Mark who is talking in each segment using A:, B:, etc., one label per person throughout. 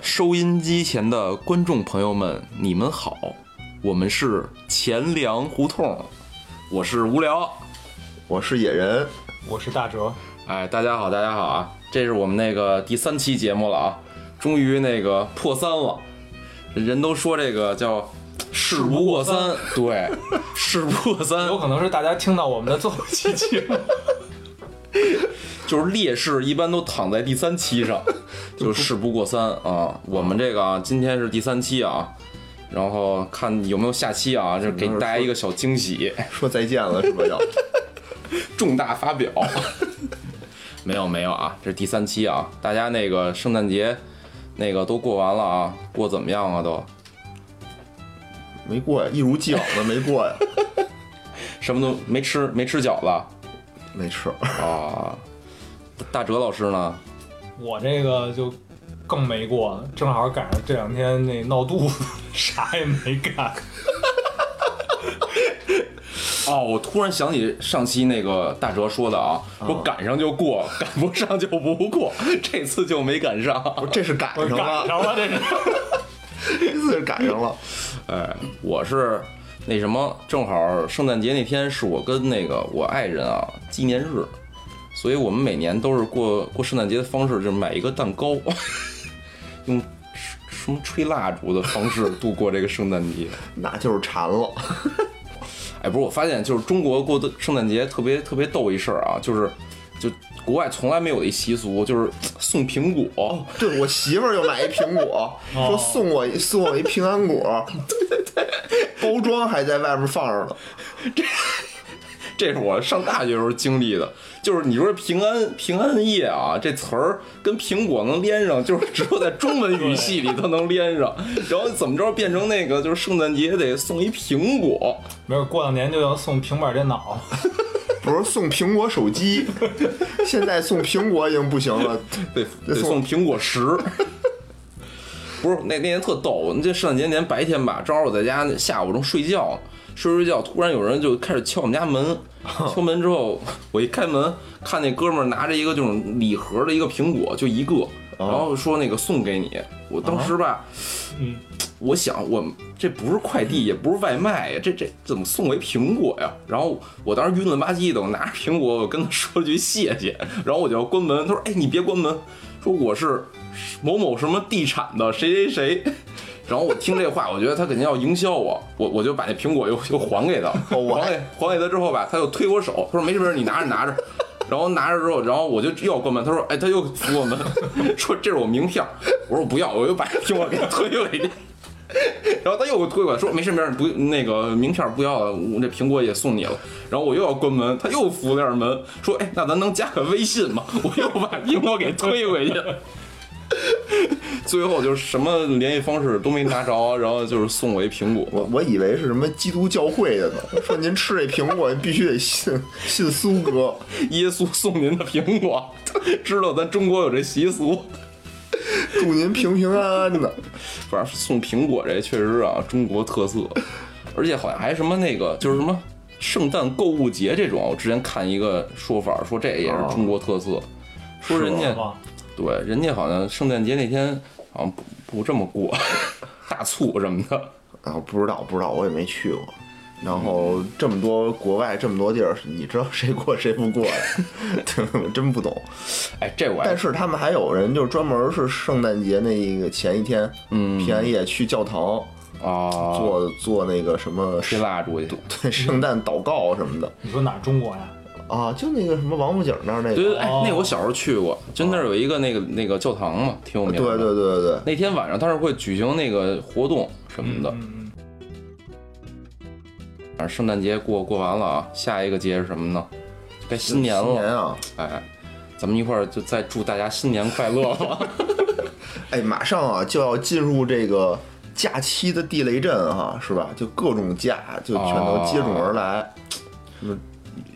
A: 收音机前的观众朋友们，你们好，我们是钱粮胡同，我是无聊，
B: 我是野人，
C: 我是大哲，
A: 哎，大家好，大家好啊！这是我们那个第三期节目了啊，终于那个破三了。人都说这个叫“事不过三”，对，“事不过三
C: 有”可能是大家听到我们的最后一期节目，
A: 就是烈士一般都躺在第三期 上，就是事不过三啊。我们这个啊，今天是第三期啊，然后看有没有下期啊，就给大家一个小惊喜。
B: 说再见了是 吧？要
A: 重大发表。 没有没有啊，这是第三期啊，大家那个圣诞节那个都过完了啊，过怎么样啊都？
B: 没过呀，一如既往的没过呀，
A: 什么都没吃，没吃饺子
B: 没 吃。
A: 啊。大哲老师呢？
C: 我这个就更没过了，正好赶上这两天那闹肚子，啥也没干。
A: 哦，我突然想起上期那个大哲说的啊，说赶上就过，赶不上就不过，这次就没赶上。
B: 这是赶
C: 我
B: 上
C: 赶
B: 了，
C: 上了，这是
B: 这次是赶上了。
A: 哎，我是那什么，正好圣诞节那天是我跟那个我爱人啊纪念日，所以我们每年都是过过圣诞节的方式，就是买一个蛋糕， 用什么吹蜡烛的方式度过这个圣诞节。
B: 那就是馋了，
A: 哎，不是，我发现就是中国过的圣诞节特别特别逗一事儿啊，就是就国外从来没有一习俗，就是送苹果。
B: 对我媳妇儿又买一苹果，说送我一送我一平安 果，包装还在外面放着呢。
A: 这是我上大学时候经历的，就是你说平安平安夜啊，这词儿跟苹果能连上，就是只有在中文语系里头能连上。然后怎么着变成那个，就是圣诞节得送一苹果，
C: 没有过两年就要送平板电脑了，
B: 不是送苹果手 机，现在送苹果已经不行了。
A: 得得送苹果十。 不是那那天特逗，那这圣诞节那天白天吧，正好我在家下午正睡觉呢，睡着睡觉，突然有人就开始敲我们家门， 敲门之后，我一开门，看那哥们儿拿着一个这种礼盒的一个苹果，就一个，然后说那个送给你，我当时吧，
C: 嗯，
A: 我想我这不是快递，也不是外卖呀，这这怎么送我一苹果呀？然后我当时晕了吧唧的，我拿着苹果，我跟他说了句谢谢，然后我就要关门，他说：“哎，你别关门，说我是某某什么地产的谁谁谁。” 然后我听这话，我觉得他肯定要营销我，我我就把那苹果又又还给他，
B: 哦我还
A: 还给还给他之后吧，他又推我手，他说没事没事，你拿着拿着。 然后拿着之后，然后我就又要关门，他说：“哎，他又扶我门， 说这是我名片儿。”我说：“不要。”我又把苹果给他推回去。然后他又给我推过来，说没事没事，不那个名片不要了，我这苹果也送你了。然后我又要关门，他又扶了下门，说哎，那咱能加个微信吗？我又把苹果给推回去。最后就是什么联系方式都没拿着，啊然后就是送我一苹果。
B: 我我以为是什么基督教会的呢，说您吃这苹果，你必须得信信苏哥。
A: 耶稣送您的苹果， 知道咱中国有这习俗。
B: 祝您平平安安的。
A: 反正送苹果这确实啊，中国特色， 而且好像还什么那个就是什么圣诞购物节这种，我之前看一个说法，说这也
B: 哦
A: 是中国特色，说人家
C: 是吗
A: 对人家好像圣诞节那天好像不不这么过， 大促什么的。
B: 啊，不知道，不知道，我也没去过。然后这么多国外这么多地儿，你知道谁过谁不过呀？ 对我真不懂。
A: 哎，这我还
B: 但是他们还有人就是专门是圣诞节那个前一天，嗯，平安夜去教堂
A: 啊，
B: 做做那个什么
A: 吹蜡烛去。
B: 对圣诞祷告什么的
C: 你说哪儿中国呀？
B: 啊，就那个什么王府井那儿那个，
A: 对
B: 对
A: 对，哎，那我小时候去过，就那儿有一个那个那个教堂嘛，挺有名的。
B: 对对对对，
A: 那天晚上他是会举行那个活动什么的。
C: 嗯，嗯
A: 反正圣诞节过过完了啊，下一个节是什么呢？该新年了。
B: 新年啊，
A: 哎，咱们一块儿就再祝大家新年快乐吧。
B: 哎，马上啊就要进入这个假期的地雷阵哈、是吧？就各种假就全都
A: 哦
B: 接踵而来，什么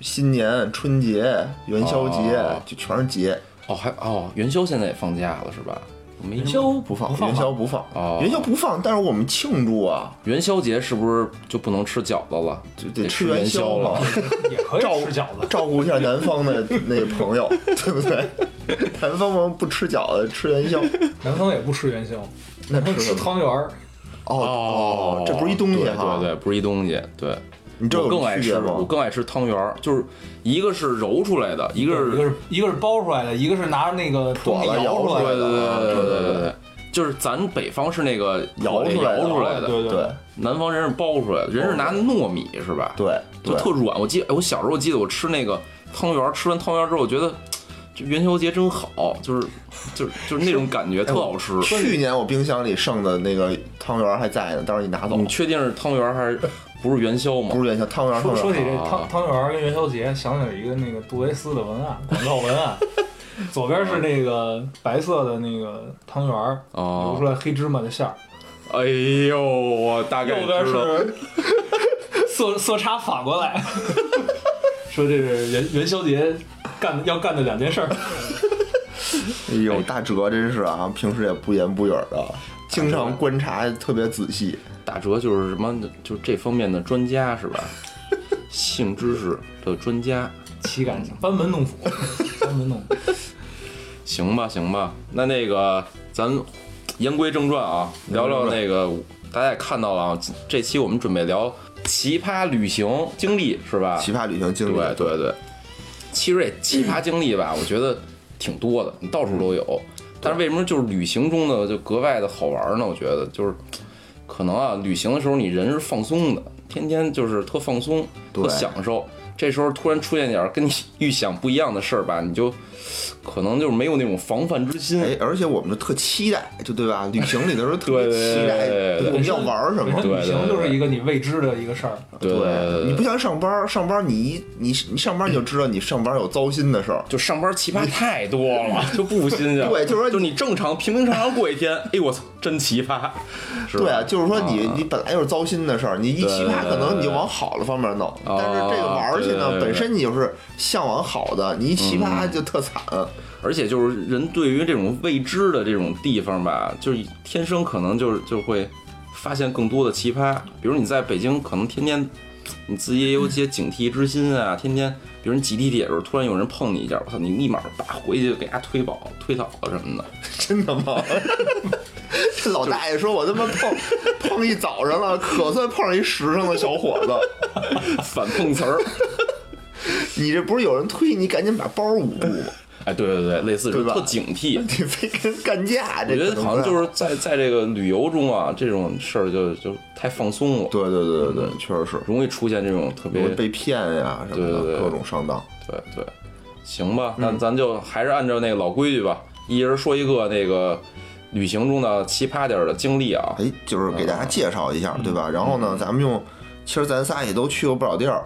B: 新年、春节、元宵节，
A: 哦
B: 就全是节。
A: 哦，还哦，元宵现在也放假了是吧？我没
C: 元
A: 什么
C: 宵
B: 不放
C: 不放
B: 元
C: 吧
B: 宵不放，
A: 哦
B: 元宵不放，但是我们庆祝啊，
A: 元宵节是不是就不能吃饺子了？
B: 就
A: 得
B: 得
A: 吃
B: 吃
A: 元
B: 元
A: 宵
B: 宵嘛，
C: 也可以
B: 照
C: 吃饺 子。
B: 照顾一下南 方的那个朋友，对不对？南方朋友不吃饺子，吃元宵。
C: 南方也不吃元宵，
B: 那吃什
C: 吃
B: 么？
C: 汤圆儿，
B: 哦哦，这不是一东西
A: 对
B: 哈。
A: 对对，不是一东西。对，
B: 你这
A: 我
B: 有
A: 更爱
B: 区
A: 吃，
B: 别
A: 我
B: 吗？
A: 更爱吃汤圆儿，就是一个是揉出来的，一个
C: 一
A: 是
C: 个是一个是包出来的，一个是拿着那个东西
B: 了
C: 摇
B: 摇
C: 出来
B: 出来
A: 对
C: 的。
A: 对对对
B: 对
A: 对
B: 对
A: 对，就是咱北方是那个
B: 摇
A: 出
B: 出来的哦
A: 摇来的，
C: 对
B: 对
A: 南方人是包出来的，人是拿糯米是吧？
B: 对
A: 就
B: 对，
A: 特软。我记，哎我小时候记得我吃那个汤圆儿，吃完汤圆儿之后，我觉得这元宵节真好，就是就是就是那种感觉，特好吃。
B: 哎去年我冰箱里剩的那个汤圆还在呢，到时候你拿走
A: 你。确定是汤圆儿还是不是元宵吗？
B: 不是元宵汤圆，
C: 说
B: 汤
C: 说
B: 圆
C: 起这
A: 啊
C: 汤汤圆儿跟元宵节，想起了一个那个杜维斯的文案，广告文案，左边是那个白色的那个汤圆儿，
A: 哦
C: 流出来黑芝麻的馅儿，
A: 哎呦，我大概
C: 右边
A: 知道。
C: 是 色色差反过来， 说这是元元宵节干要干的两件事儿。
B: 哎呦，大哲真是啊，平时也不言不语儿的，经常观察特别仔细。
A: 打折就是什么，就是这方面的专家是 吧？性知识的专家，
C: 岂敢想班门弄斧，班门弄斧。
A: 行吧，行吧。那那个，咱言归正传啊，聊聊那个，大家也看到了啊，这期我们准备聊奇葩旅行经历是吧？
B: 奇葩旅行经历，
A: 对对对，其实这奇葩经历吧，我觉得挺多的，到处都有。但是为什么就是旅行中的就格外的好玩呢？我觉得就是可能啊，旅行的时候你人是放松的，天天就是特放松，
B: 对
A: 特享受。这时候突然出现点儿跟你 预想不一样的事儿吧，你就可能就是没有那种防范之心。
B: 哎，而且我们就特期待，就对吧？旅行里的时候特别期
A: 对对
B: 待
A: 对对
B: 我们要玩什么
C: 本身。旅行就是一个你未知的一个事儿。
A: 对对对
B: 你
A: 对
B: 不像上班，上班你一你你上班你就知道你上班有糟心的事儿，
A: 就上班奇葩太多了，就不新鲜了。
B: 对就是说
A: 就你正常平平常常过一天，哎我操，真奇葩，是吧？
B: 对啊，就是说你、
A: 啊
B: 你本来就是糟心的事儿，你一奇葩
A: 对哦
B: 可能你就往好的方面弄，但是这个玩儿去呢，
A: 对对对嗯
B: 本身你就是向往好的，你一奇葩就特惨。
A: 而且就是人对于这种未知的这种地方吧，就是天生可能就是就会发现更多的奇葩。比如你在北京，可能天天你自己也有一些警惕之心啊，天天比如你挤地铁的时候，突然有人碰你一下，我操，你立马叭回去就给他推倒、推倒了什么的。
B: 真的吗？这老大爷说：“我他妈 碰碰一早上了，可算碰上一时尚的小伙子。
A: 反碰瓷儿，
B: 你这不是有人推你，赶紧把包捂住吗？
A: 哎，对对对，类似
B: 对
A: 是
B: 吧
A: 特警惕。
B: 你非跟人干架，
A: 我
B: 这
A: 觉
B: 可
A: 得
B: 能
A: 好像
B: 不
A: 就
B: 太
A: 是在在这个旅游中啊，这种事儿就就太放松了，
B: 对对对对对，确实是
A: 容易出现这种特别
B: 容易被骗呀什么
A: 对对
B: 的，
A: 对
B: 各种上当。
A: 对对，行吧，
B: 嗯
A: 那咱就还是按照那个老规矩吧，一人说一个那个旅行中的奇葩点儿的经历啊。
B: 哎，就是给大家介绍一下，
A: 嗯
B: 对吧？然后呢，咱们用，其实咱仨也都去过不少地儿。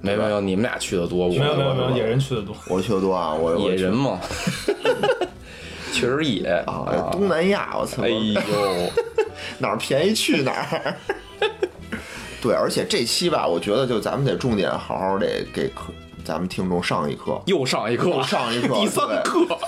A: 没有没有，你们俩去的多，
C: 没有没
A: 我
C: 有没有，野人去的多。
B: 我去的多啊，我我
A: 野
B: 去
A: 人嘛， 确实野
B: 啊，哎东南亚，我操，
A: 哎呦，
B: 哪儿便宜去哪儿。 对，而且这期吧，我觉得就咱们得重点好好得给客咱们听众上一课，
A: 又上一课，
B: 又 上一课
A: 啊第三课，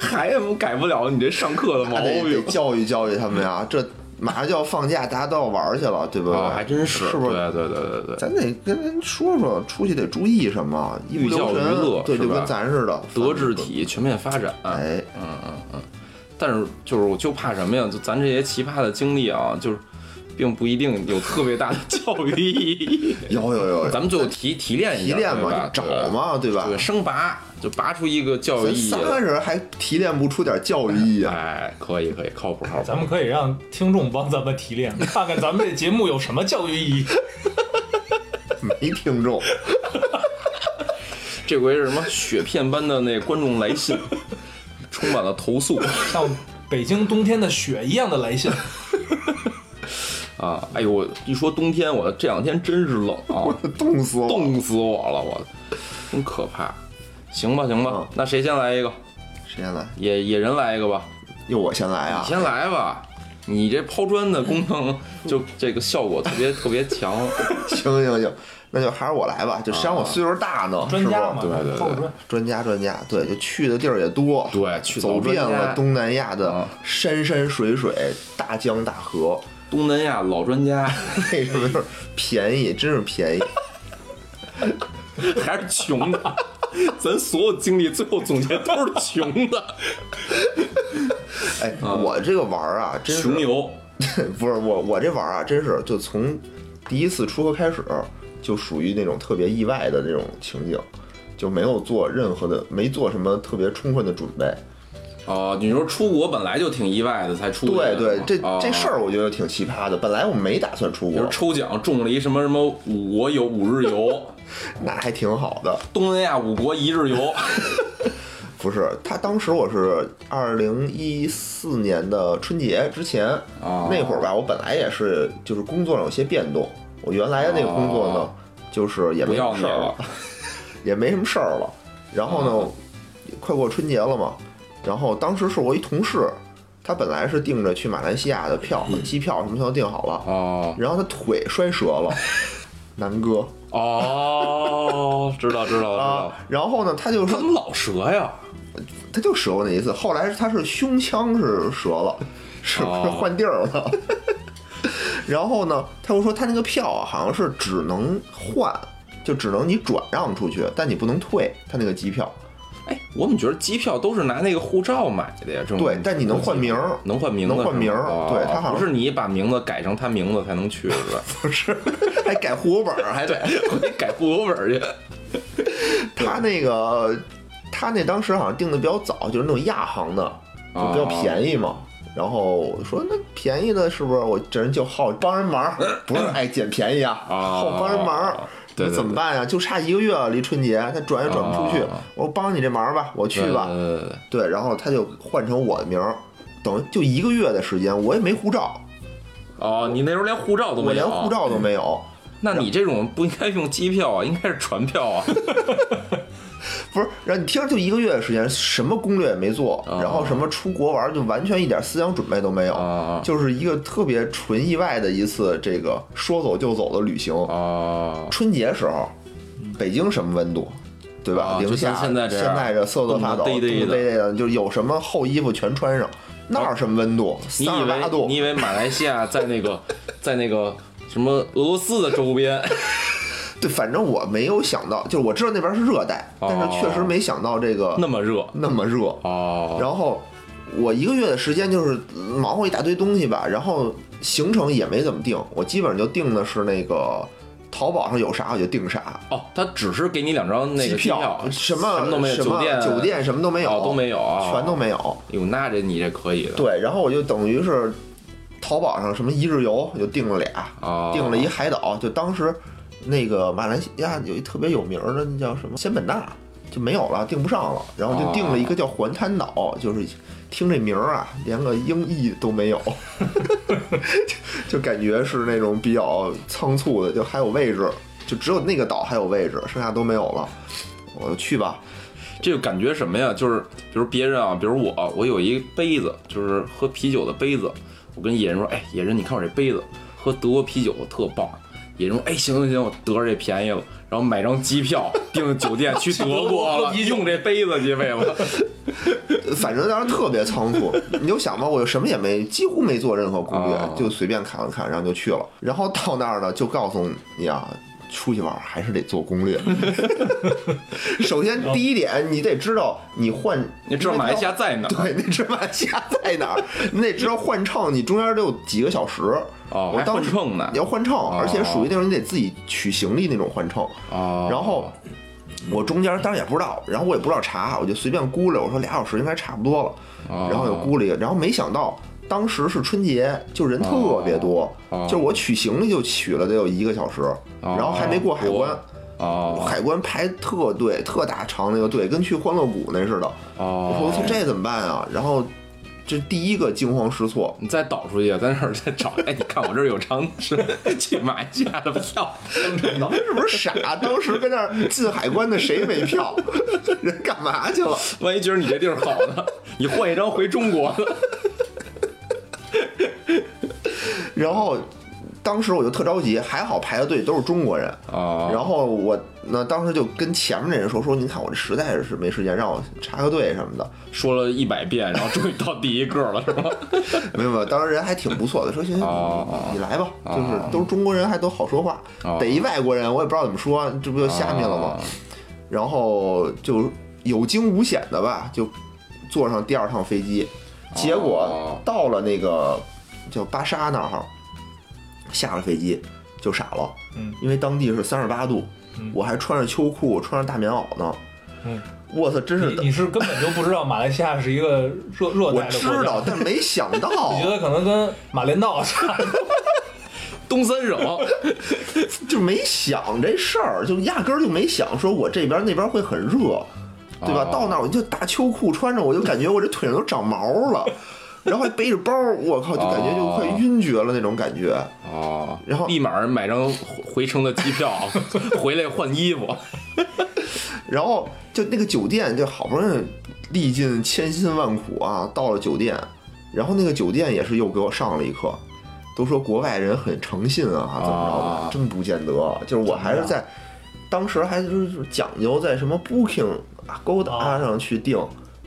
A: 还改不了你这上课的毛
B: 还得得
A: 病。
B: 教育教育他们呀。这马上就要放假，大家都要玩去了，对不对？
A: 啊，还真是，
B: 是不是？
A: 对对对对对，
B: 咱得跟人说说，出去得注意什么，一不
A: 寓教
B: 留神
A: 于乐
B: 对，
A: 是
B: 就
A: 吧
B: 跟咱似的，
A: 德智体全面发展。啊
B: 哎，
A: 但是就是我就怕什么呀？就咱这些奇葩的经历啊，就是并不一定有特别大的教育意义。
B: 有有有，
A: 咱们就提提炼一
B: 提
A: 下，
B: 炼
A: 对
B: 嘛，
A: 吧
B: 就找，嘛，对吧
A: 对，？生拔就拔出一个教育
B: 咱
A: 意义
B: 仨
A: 来。
B: 人还提炼不出点教育意义啊？
A: 哎，可以可以，靠谱靠谱。
C: 咱们可以让听众帮咱们提炼，看看咱们这节目有什么教育意义。
B: 没听众，
A: 这回是什么雪片般的那观众来信， 充满了投诉
C: 像北京冬天的雪一样的 来信，
A: 啊！哎呦，我一说冬天，我这两天真是冷 啊，
B: 冻死我！
A: 冻死我了，我真可怕。行吧行吧
B: 嗯，
A: 那谁先来一个？
B: 谁先来？
A: 野野人来一个吧。
B: 又我先来啊
A: 你！先来吧，你这抛砖的功 能就这个效果特别特别强。
B: 行行行，那就还是我来吧。
A: 啊
B: 就虽然我岁数大呢，
C: 专家嘛，
B: 是不？
A: 对对对
C: 靠谱专
B: 专家专家，对，就去的地儿也多，
A: 对去
B: 走
A: 老专
B: 遍
A: 家
B: 了东南亚的
A: 啊
B: 山山水水、大江大河。
A: 东南亚老专家
B: 为什么就是便宜？真是便宜！
A: 还是穷的，咱所有经历最后总结都是穷的。
B: 哎，我这个玩儿啊， 真是
A: 穷游，
B: 不是我，我这玩儿啊，真是就从第一次出河开始，就属于那种特别意外的那种情景，就没有做任何的，没做什么特别充分的准备。
A: 哦，你说出国本来就挺意外的，才出
B: 对
A: 的
B: 对，这
A: 哦
B: 这事儿我觉得挺奇葩的。本来我没打算出
A: 比如
B: 国，
A: 抽奖中了一什么什么五国游、五日游、
B: 那还挺好的。
A: 东南亚五国一日游，
B: 不是，他当时我是二零一四年的春节之前、
A: 哦
B: 那会儿吧，我本来也是就是工作上有些变动，我原来的那个工作呢，
A: 哦
B: 就是也没什么事
A: 不
B: 儿
A: 要啊
B: 了，也没什么事儿了。然后呢，
A: 嗯
B: 快过春节了嘛，然后当时是我一同事，他本来是订着去马来西亚的票、机票什么全都订好了，
A: 嗯哦
B: 然后他腿摔折 了，南哥
A: 哦，知道知道知道
B: 啊，，然后呢，他就
A: 他
B: 说
A: 怎么老折呀？
B: 他就折过那一次，后来他是胸腔是折 了，是不是
A: 哦
B: 换地儿了？ 然后呢，他又说他那个票啊，好像是只能换，就只能你转让出去，但你不能退他那个机票。
A: 哎，我怎么觉得机票都是拿那个护照买的呀？这种
B: 对，但你能换名儿，
A: 能换名字是吗，
B: 能换名儿啊
A: 哦
B: 对他好像
A: 不是你把名字改成他名字才能去，是 吧？
B: 不是？还改户口本儿，还
A: 哎，对， 我得改户口本儿去。
B: 他那个他那当时好像订的比较早，就是那种亚航的，就
A: 哦
B: 比较便宜嘛。然后我说那便宜的是不是我这人就好帮人忙，不是爱捡便宜啊，
A: 啊
B: 好帮人忙。
A: 对对
B: 那怎么办呀？就差一个月了，啊离春节，他转也转不出去。
A: 啊
B: 我说帮你这忙吧，我去吧。
A: 对对对对
B: 对，然后他就换成我的名儿，等于就一个月的时间，我也没护照，
A: 哦，你那时候连护照都
B: 我
A: 没有，啊嗯
B: 连护，照都没有。
A: 那你这种不应该用机票啊，应该是船票 啊。
B: 不是，然后你听着就一个月的时间，什么攻略也没做，
A: 啊
B: 然后什么出国玩就完全一点思想准备都没有，
A: 啊
B: 就是一个特别纯意外的一次这个说走就走的旅行。
A: 哦，
B: 春节时候，北京什么温度？对吧？
A: 啊
B: 零下，
A: 就像现在这样
B: 这瑟瑟发抖，
A: 冻
B: 冻
A: 得嘚嘚的啊
B: 嘚的，就有什么厚衣服全穿上。那儿什么温度？
A: 你
B: 三
A: 以
B: 十八
A: 为
B: 度
A: 你。以为马来西亚在那个 在那个什么俄罗斯的周边？
B: 对，反正我没有想到，就是我知道那边是热带，但
A: 哦
B: 是确实没想到这个
A: 那么热
B: 那么热。
A: 哦，
B: 然后我一个月的时间就是忙活一大堆东西吧，然后行程也没怎么定，我基本上就定的是那个淘宝上有啥我就定啥，
A: 哦，他只是给你两张那个机票，
B: 什
A: 么
B: 么
A: 什都没有，
B: 什么
A: 店啊
B: 酒
A: 酒
B: 店什么都没有，
A: 都没有啊，
B: 全都没有。
A: 哟，那这你这可以的，
B: 对，然后我就等于是淘宝上什么一日游就定了俩，
A: 哦
B: 定了一海岛，就当时那个马来西亚有一特别有名儿的，那叫什么仙本那。就没有了，订不上了，然后就定了一个叫环滩岛，就是听这名儿啊，连个英译都没有，就就感觉是那种比较仓促的，就还有位置，就只有那个岛还有位置，剩下都没有了，我就去吧，
A: 这个感觉什么呀？就是比如别人啊，比如我，我有一杯子，就是喝啤酒的杯子。我跟野人说：“哎，野人，你看我这杯子，喝德国啤酒特棒。”野人说：“哎，行行行，我得着这便宜了，然后买张机 票，订酒店去德国了，用这杯子去为 了。
B: 反正当时特别仓促，你就想吧，我什么也没，几乎没做任何攻略
A: 哦，
B: 就随便看了看，然后就去了。然后到那儿呢，就告诉你啊，出去玩还是得做攻略。 首先第一点，你得知道你换，
A: 你知道马来西亚在哪儿
B: 对，你知道马来西亚在哪儿，你得知道换乘，你中间得有几个小时。
A: 哦，
B: 我
A: 还
B: 当
A: 换
B: 时
A: 秤呢
B: 你。要换乘，而且属于那种你得自己取行李那种换乘。
A: 哦，
B: 然后我中间当然也不知道，然后我也不知道查，我就随便估了，我说俩小时应该差不多了，
A: 哦
B: 然后就估了一个，然后没想到当时是春节，就人特别多，
A: 哦
B: 就是我取行李就取了得有一个小时，然后还没过海关。
A: 哦
B: 海关排特队，特大长那个队，跟去欢乐谷那似的。我说
A: 哦，
B: 我操，这怎么办啊？然后这第一个惊慌失措，
A: 你再导出去，在那儿再找。哎，你看我这儿有张是 去马来西亚的票。
B: 老师是不是傻？当时跟那儿进海关的谁没票？ 人干嘛去了？
A: 万一觉得你这地儿好呢，你换一张回中国了。
B: 然后当时我就特着急，还好排的队都是中国人。
A: 哦，
B: 然后我呢，当时就跟前面那人说说，您看我这实在是没时间，让我插个队什么的。
A: 说了一百遍，然后终于到第一个了，是吗？
B: 没有没有，当时人还挺不错的，说行行，
A: 哦哦
B: 你你来吧，
A: 哦
B: 就是都是中国人，还都好说话
A: 哦。
B: 逮一外国人，我也不知道怎么说，这不就下面了
A: 啊
B: 吗？然后就有惊无险的吧，就坐上第二趟飞机。结果
A: 哦
B: 到了那个叫巴沙那儿哈，下了飞机就傻了，
C: 嗯
B: 因为当地是三十八度，
C: 嗯
B: 我还穿着秋裤，穿着大棉袄呢。
C: 嗯，
B: 我操，真是
C: 你你是根本就不知道马来西亚是一个热热
B: 我
C: 带的国家，
B: 知道，但没想到啊
C: 我觉，得可能跟马连道差不多。
A: 东三省，
B: 就没想这事儿，就压根儿就没想说我这边那边会很热，对吧？
A: 哦
B: 到那儿我就大秋裤穿着，我就感觉我这腿上都长毛了，然后还背着包，我靠，就感觉就快晕厥了那种感觉。
A: 哦，
B: 然后
A: 立马买张回程的机票， 回来换衣服，
B: 然后就那个酒店，就好不容易历尽千辛万苦啊，到了酒店，然后那个酒店也是又给我上了一课，都说国外人很诚信啊，怎么着的，
A: 啊
B: 真不见得，就是我还是在当时还就是讲究在什么 Booking 啊、勾搭
C: 啊
B: 上去订，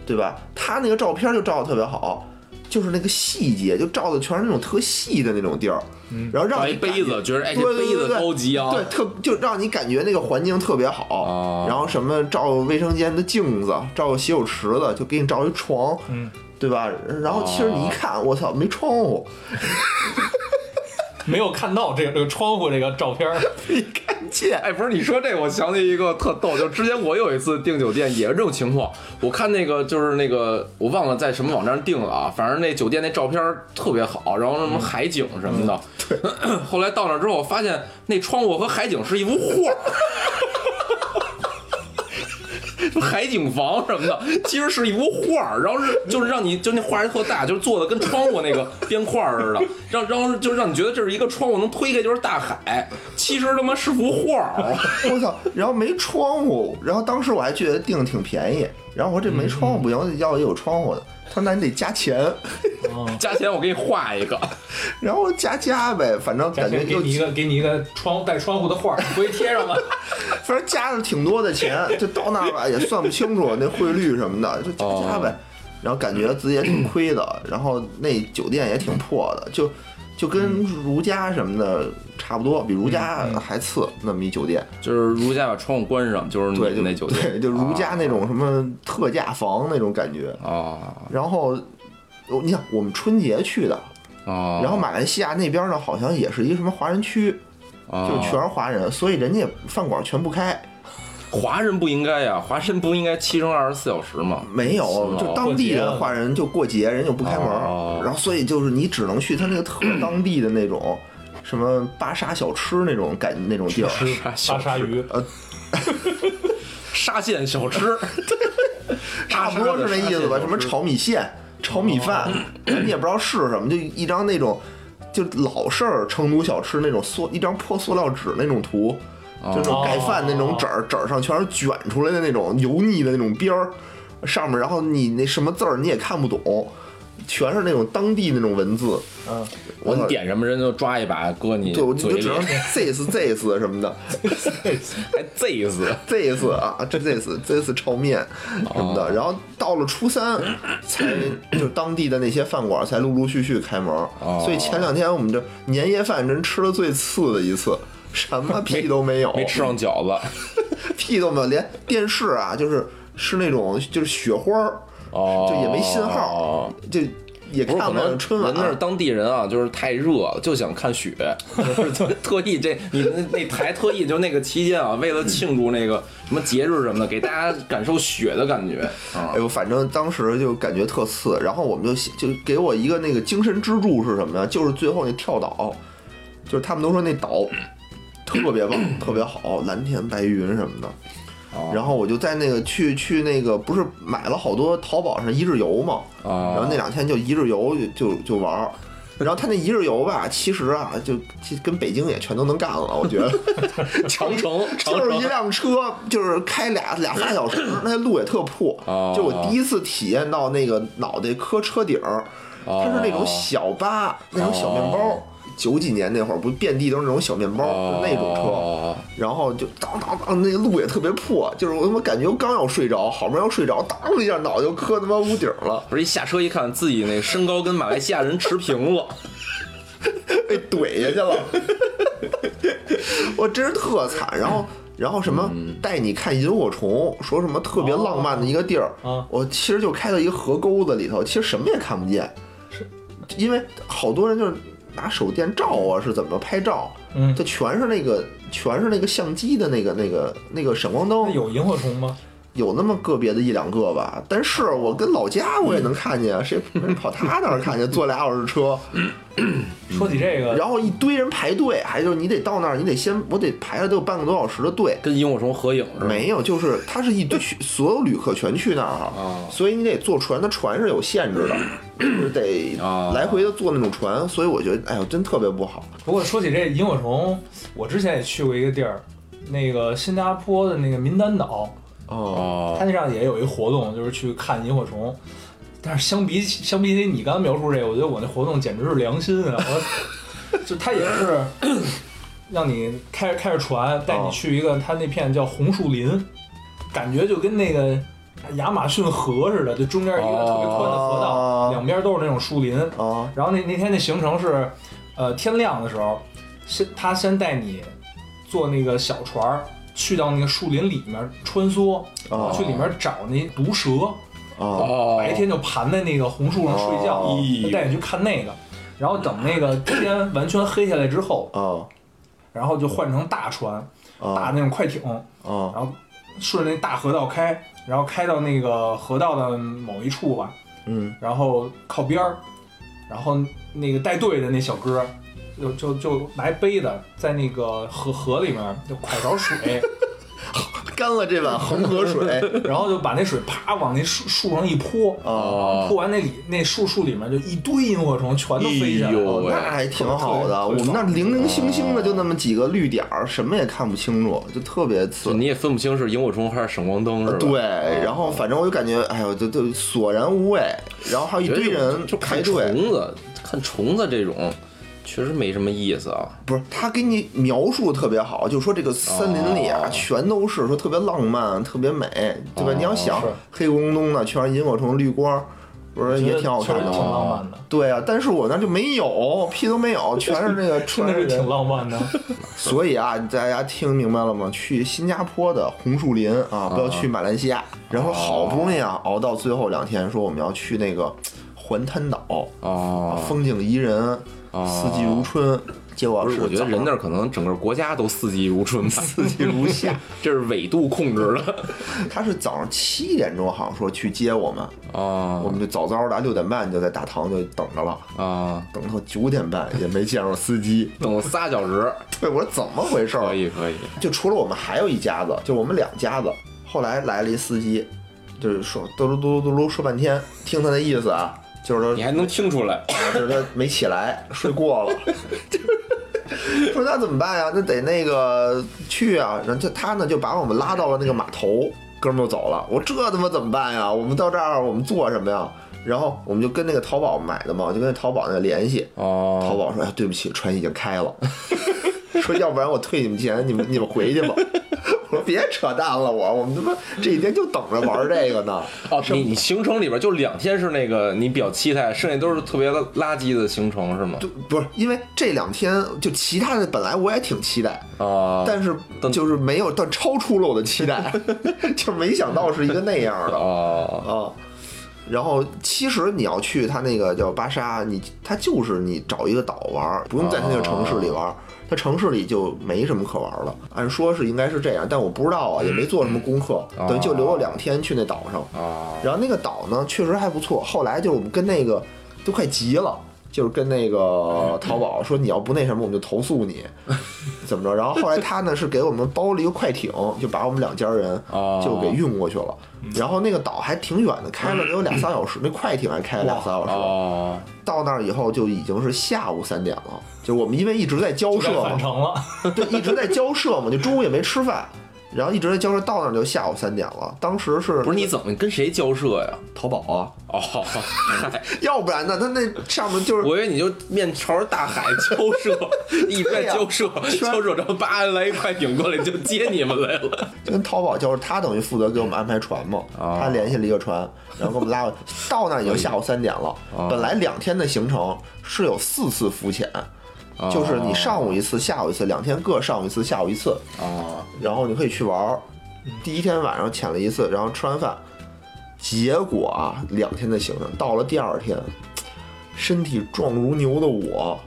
B: 对吧？他那个照片就照的特别好。就是那个细节，就照的全是那种特细的那种地儿，
C: 嗯
B: 然后让
A: 找一
B: 你感
A: 杯子，觉得哎这
B: 对对
A: 杯
B: 对
A: 子
B: 对
A: 高级啊，
B: 对，特就让你感觉那个环境特别好，
A: 哦
B: 然后什么照卫生间的镜子，照洗手池子，就给你照一床，
C: 嗯，
B: 对吧？然后其实你一看，我操，没窗户，
C: 没有看到这个这个窗户这个照片儿，
B: 没看见。
A: 哎，不是你说这，我想起一个特逗，就之前我有一次订酒店也是这种情况，我看那个就是那个我忘了在什么网站订了啊，反正那酒店那照片儿特别好，然后什么海景什么的。对， 后来到那之后发现那窗户和海景是一幅画儿。海景房什么的，其实是一幅画儿，然后是就是让你就那画儿特大，就是做的跟窗户那个边框儿似的，让然后就让你觉得这是一个窗户能推开就是大海，其实他妈是幅画儿。
B: 我操！然后没窗户，然后当时我还觉得订的挺便宜，然后我说这没窗户不行，要有窗户的。他说那你得加钱，
C: 嗯，
A: 加钱我给你画一个，
B: 然后加加呗，反正
C: 加
B: 感觉
C: 钱给
B: 就
C: 你一个给你一个窗带窗户的画儿，你回去 贴上吧。
B: 反正加了挺多的钱，就到那儿吧也算不清楚那汇率什么的，就加加
A: 哦
B: 呗。然后感觉自己也挺亏的，然后那酒店也挺破的，就就跟
A: 嗯
B: 如家什么的差不多，比如家还次那么一酒店。
A: 就是如家把窗户关上，就是
B: 对，
A: 你
B: 就
A: 那酒店，啊
B: 对，就如家那种什么特价房那种感觉。
A: 哦
B: 然后我你想，我们春节去的，
A: 哦，
B: 然后马来西亚那边呢，好像也是一个什么华人区，
A: 后
B: 就全是华人，所以人家饭馆全不开。
A: 华人不应该呀，华人不应该七乘二十四小时吗？
B: 没有，
A: 吗
B: 就当地人华人就过节，人就不开门
A: 哦
B: 儿，然后所以就是你只能去他那个特当地的那种什么巴沙小吃那种感那种地儿。
C: 吃
A: 鲨
C: 巴
A: 小
C: 沙鱼，
B: 呃
A: 沙县小吃，
B: 差不多是那意思
A: 沙县小吃
B: 吧？
A: 嗯
B: 什么啊炒米线、炒米饭，嗯你也不知道是什么，就一张那种就老式儿成都小吃那种塑一张破塑料纸那种图，就
A: 哦
B: 那种盖饭那种纸儿，纸儿上全是卷出来的那种油腻的那种边儿，上面然后你那什么字儿你也看不懂，全是那种当地那种文字。
C: 嗯，
A: 我你点什么人就抓一把搁你
B: 对，我就
A: 嘴
B: 就只
A: 里
B: 能，this this 什么的
A: 还 Z 哎死。
B: ，this 啊，这 this this 炒面什么
A: 哦
B: 的。然后到了初三，才就当地的那些饭馆才陆陆续续开门。
A: 哦
B: 所以前两天我们这年夜饭真吃了最次的一次，什么屁都没有，
A: 没吃上饺子，
B: 屁都没有，连电视啊，就是是那种就是雪花儿，
A: 哦，
B: 就也没信号，就也
A: 不是可
B: 看不
A: 能
B: 了春晚
A: 人。那儿当地人啊，就是太热了，就想看雪，就是特特意这你那那台特意就那个期间啊，为了庆祝那个什么节日什么的，给大家感受雪的感觉 啊
B: 哎。呦，反正当时就感觉特次，然后我们就写就给我一个那个精神支柱是什么呀？就是最后那跳岛，就是他们都说那岛特别棒，特别好，蓝天白云什么的。然后我就在那个去去那个不是买了好多淘宝上一日游嘛，
A: 哦
B: 然后那两天就一日游就就就玩儿。然后他那一日游吧，其实啊，就就跟北京也全都能干了，我觉得。
A: 长城，长
B: 就是
A: 城
B: 一辆车，就是开俩俩仨小 时，那路也特破
A: 哦。
B: 就我第一次体验到那个脑袋磕车顶儿，它是那种小巴，那种小面包
A: 哦。
B: 九几年那会儿不遍地都是那种小面包，
A: 哦
B: 就那种车。然后就当当当，那个路也特别破，就是我他妈感觉我刚要睡着，好不容易要睡着，当一下脑袋就磕他妈屋顶了，
A: 不是一下车一看自己那身高跟马来西亚人持平了，
B: 被怼下去了。我真是特惨。然后然后什么带你看萤火虫，说什么特别浪漫的一个地儿
C: 啊，
B: 我其实就开到一个河沟子里头，其实什么也看不见，
C: 是
B: 因为好多人就是拿手电照啊，是怎么拍照，
C: 嗯
B: 它，全是那个全是那个相机的那个那个那个闪光
C: 那
B: 灯，
C: 有萤火虫吗？
B: 有那么个别的一两个吧，但是我跟老家我也能看见，啊 谁没人跑他那儿看见，坐俩小时车，
C: 说起这个，
B: 嗯然后一堆人排队，还就是你得到那儿，你得先我得排了得有半个多小时的队，
A: 跟萤火虫合影是吧？
B: 没有，就是它是一堆所有旅客全去那儿哈，
A: 啊
B: 所以你得坐船，它船是有限制的，就是得
A: 啊
B: 来回的坐那种船，所以我觉得，哎呦，真特别不好。
C: 不过说起这萤火虫，我之前也去过一个地儿，那个新加坡的那个民丹岛，
B: 哦，
A: 哦
C: 它，那上也有一活动，就是去看萤火虫。但是相比起相比起你刚才描述这个，我觉得我那活动简直是良心啊！我就它也是 让你开着开着船带你去一个，它那片叫红树林，感觉就跟那个亚马逊河似的，就中间一个特别宽的河道，
B: 哦
C: 两边都是那种树林。
B: 啊，
C: 然后那那天那行程是，呃，天亮的时候，先他先带你坐那个小船儿去到那个树林里面穿梭，
B: 哦
C: 去里面找那毒蛇，
B: 哦，
A: 哦，
C: 白天就盘在那个红树上睡觉，
B: 哦
C: 他带你去看那个。然后等那个天完全黑下来之后，
B: 哦，
C: 然后就换成大船，大
B: 哦，
C: 那种快艇，
B: 哦，
C: 然后顺着那大河道开，然后开到那个河道的某一处吧，
B: 嗯，
C: 然后靠边儿，然后那个带队的那小哥儿就就就拿一杯子在那个河河里面就蒯勺水，
B: 干了这碗恒河 水
C: 然后就把那水啪往那树树上一泼，
B: 啊，
A: 哦
C: 泼完那里那树树里面就一堆萤火虫全都飞下
A: 哎
C: 来
A: 呦
C: 了，
A: 喂
B: 哦那还挺好的。
C: 特
B: 我
C: 别特别
B: 们那零零星星的就那么几个绿点儿，什么也看不清楚，就特别
A: 就
B: 次。
A: 你也分不清是萤火虫还是闪光灯是吧？哦
B: 对，然后反正我就感觉，哎呦，就就索然无味。然后还有一
A: 觉得
B: 堆
A: 有
B: 人
A: 就
B: 排
A: 看
B: 队，
A: 虫子，看虫子这种确实没什么意思啊。
B: 不是，他给你描述得特别好，就说这个森林里啊，
A: 哦
B: 全都是说特别浪漫、特别美，对吧？
A: 哦
B: 你要想
C: 是
B: 黑咕隆咚的，全是萤火虫、绿光，不是
C: 别
B: 也挺好看
C: 确
B: 的
C: 实挺
B: 吗？
C: 浪漫的，
B: 对啊，但是我那就没有，屁都没 有，全是那个
C: 真
B: 全
C: 的
B: 是
C: 是
B: 人
C: 挺浪漫的。
B: 所以啊，大家听明白了吗？去新加坡的红树林啊，不要去马来西亚。然后好不容易啊，
A: 哦
B: 熬到最后两天，说我们要去那个环滩岛，
A: 哦，
B: 风景宜人，四季如春。结果
A: 啊不是，我觉得人那儿可能整个国家都四季如 春吧，
B: 四季如夏。
A: 这是纬度控制的。
B: 他是早上七点钟好像说去接我们，我
A: 哦
B: 们就早早的六点半就在大堂就等着了，
A: 啊，
B: 等到九点半也没见着司机。
A: 等了仨小时，
B: 对，我说怎么回事儿
A: 可？以可以。
B: 就除了我们还有一家子，就我们两家子。后来来了一司机，就是说嘟噜嘟噜嘟噜说半天，听他那意思啊，就是说
A: 你还能听出来？
B: 就是他没起来，睡过了。 说那怎么办呀？那得那个去啊！然后就他呢就把我们拉到了那个码头，哥们儿就走了。我这他妈怎么办呀？我们到这儿我们做什么呀？然后我们就跟那个淘宝买的嘛，就跟淘宝那个联系。
A: 哦，
B: 淘宝说：“哎，对不起，船已经开了。” 说要不然我退你们钱，你们你们回去吧。 我说别扯淡了，我我们他妈这几天就等着玩这个呢。
A: 哦，你你行程里边就两天是那个你比较期待，剩下都是特别垃圾的行程是吗？
B: 就不是因为这两天就其他的本来我也挺期待，
A: 啊，
B: 但是就是没有，但超出了我的期待， 就没想到是一个那样的
A: 哦
B: 啊。然后其实你要去他那个叫巴沙，你它就是你找一个岛玩儿，不用在他那个城市里玩儿，它城市里就没什么可玩儿了。按说是应该是这样，但我不知道啊，也没做什么功课，等于就留了两天去那岛上。
A: 啊
B: 然后那个岛呢，确实还不错。后来就是我们跟那个都快急了，就是跟那个淘宝说你要不那什么，我们就投诉你， 怎么着？然后后来他呢是给我们包了一个快艇，就把我们两家人
A: 哦
B: 就给运过去了。然后那个岛还挺远的，开了得有俩仨小时，那快艇还开了俩仨小时。
A: 哦，
B: 到那儿以后就已经是下午三点了，就我们因为一直在交涉
C: 该返
B: 嘛，
C: 程了，
B: 对，一直在交涉嘛，就中午也没吃饭，然后一直在交涉，到那儿就下午三点了。当时是
A: 不是你怎么跟谁交涉呀？
B: 淘宝啊？
A: 哦，嗨，
B: 要不然呢？他那上面就是
A: 我以为你就面朝着大海交 涉，一边交涉，交涉着八安来一快艇过来就接你们来了。
B: 跟淘宝交涉，他等于负责给我们安排船嘛，
A: 哦
B: 他联系了一个船，然后给我们拉回
A: 哦
B: 到那已经下午三点了。本来两天的行程是有四次浮潜，
A: 哦
B: 就是你上午一次，下午一次，两天各上午一次，下午一次，
A: 啊，
B: 然后你可以去玩儿。第一天晚上潜了一次，然后吃完饭，结果啊，两天的行程，到了第二天，身体壮如牛的我，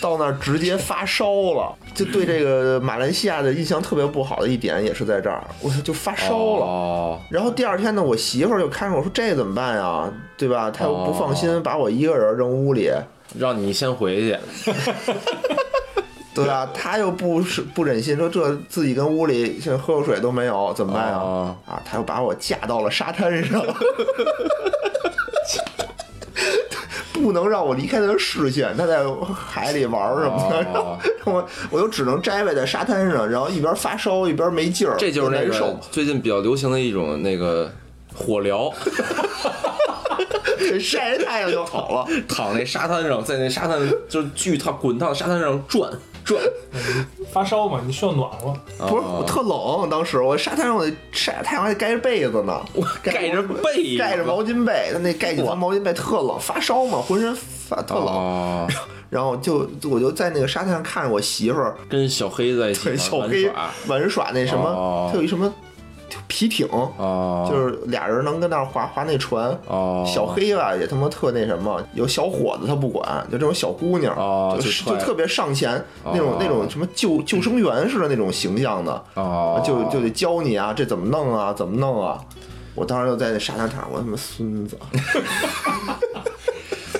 B: 到那儿直接发烧了。就对这个马来西亚的印象特别不好的一点也是在这儿，我操，就发烧了。
A: 哦了，
B: 然后第二天呢，我媳妇儿就看着我说：“这怎么办呀？对吧？”她又不放心把我一个人扔屋里，
A: 让你先回去，
B: 对吧？她又不是不忍心说这自己跟屋里现在喝口水都没有，怎么办呀？
A: 哦
B: 啊，她又把我架到了沙滩上， 不能让我离开她的视线，她在海里玩儿什么的，
A: 哦
B: 然后我我就只能摘外在沙滩上，然后一边发烧一边没劲儿，
A: 这就是那
B: 难受
A: 个最近比较流行的一种那个火疗，
B: 晒晒太阳就好了。
A: 躺那沙滩上，在那沙滩就是巨烫滚烫的沙滩上转转，
C: 发烧嘛，你需要暖和。
B: 不是，我
A: 啊
B: 特冷，当时我沙滩上我得晒太阳还得盖着被子呢，
A: 我盖着被
B: 盖着毛巾被，那盖几层毛巾被特冷，发烧嘛，浑身发特冷，
A: 啊，
B: 然后就我就在那个沙滩上看着我媳妇儿
A: 跟小黑在一起
B: 对
A: 玩
B: 小黑
A: 嗯玩耍
B: 玩耍那什么
A: 哦，
B: 她有一什么皮艇，
A: 哦，
B: 就是俩人能跟那儿划划那船。
A: 哦，
B: 小黑吧，也他妈特那什么，有小伙子他不管，就这种小姑娘，
A: 哦
B: 就
A: 就是踹
B: 就特别上前，那种
A: 哦
B: 那种什么救救生员似的那种形象的，
A: 哦，
B: 就就得教你啊，这怎么弄啊，怎么弄啊。我当时就在那沙滩躺，我他妈 孙子，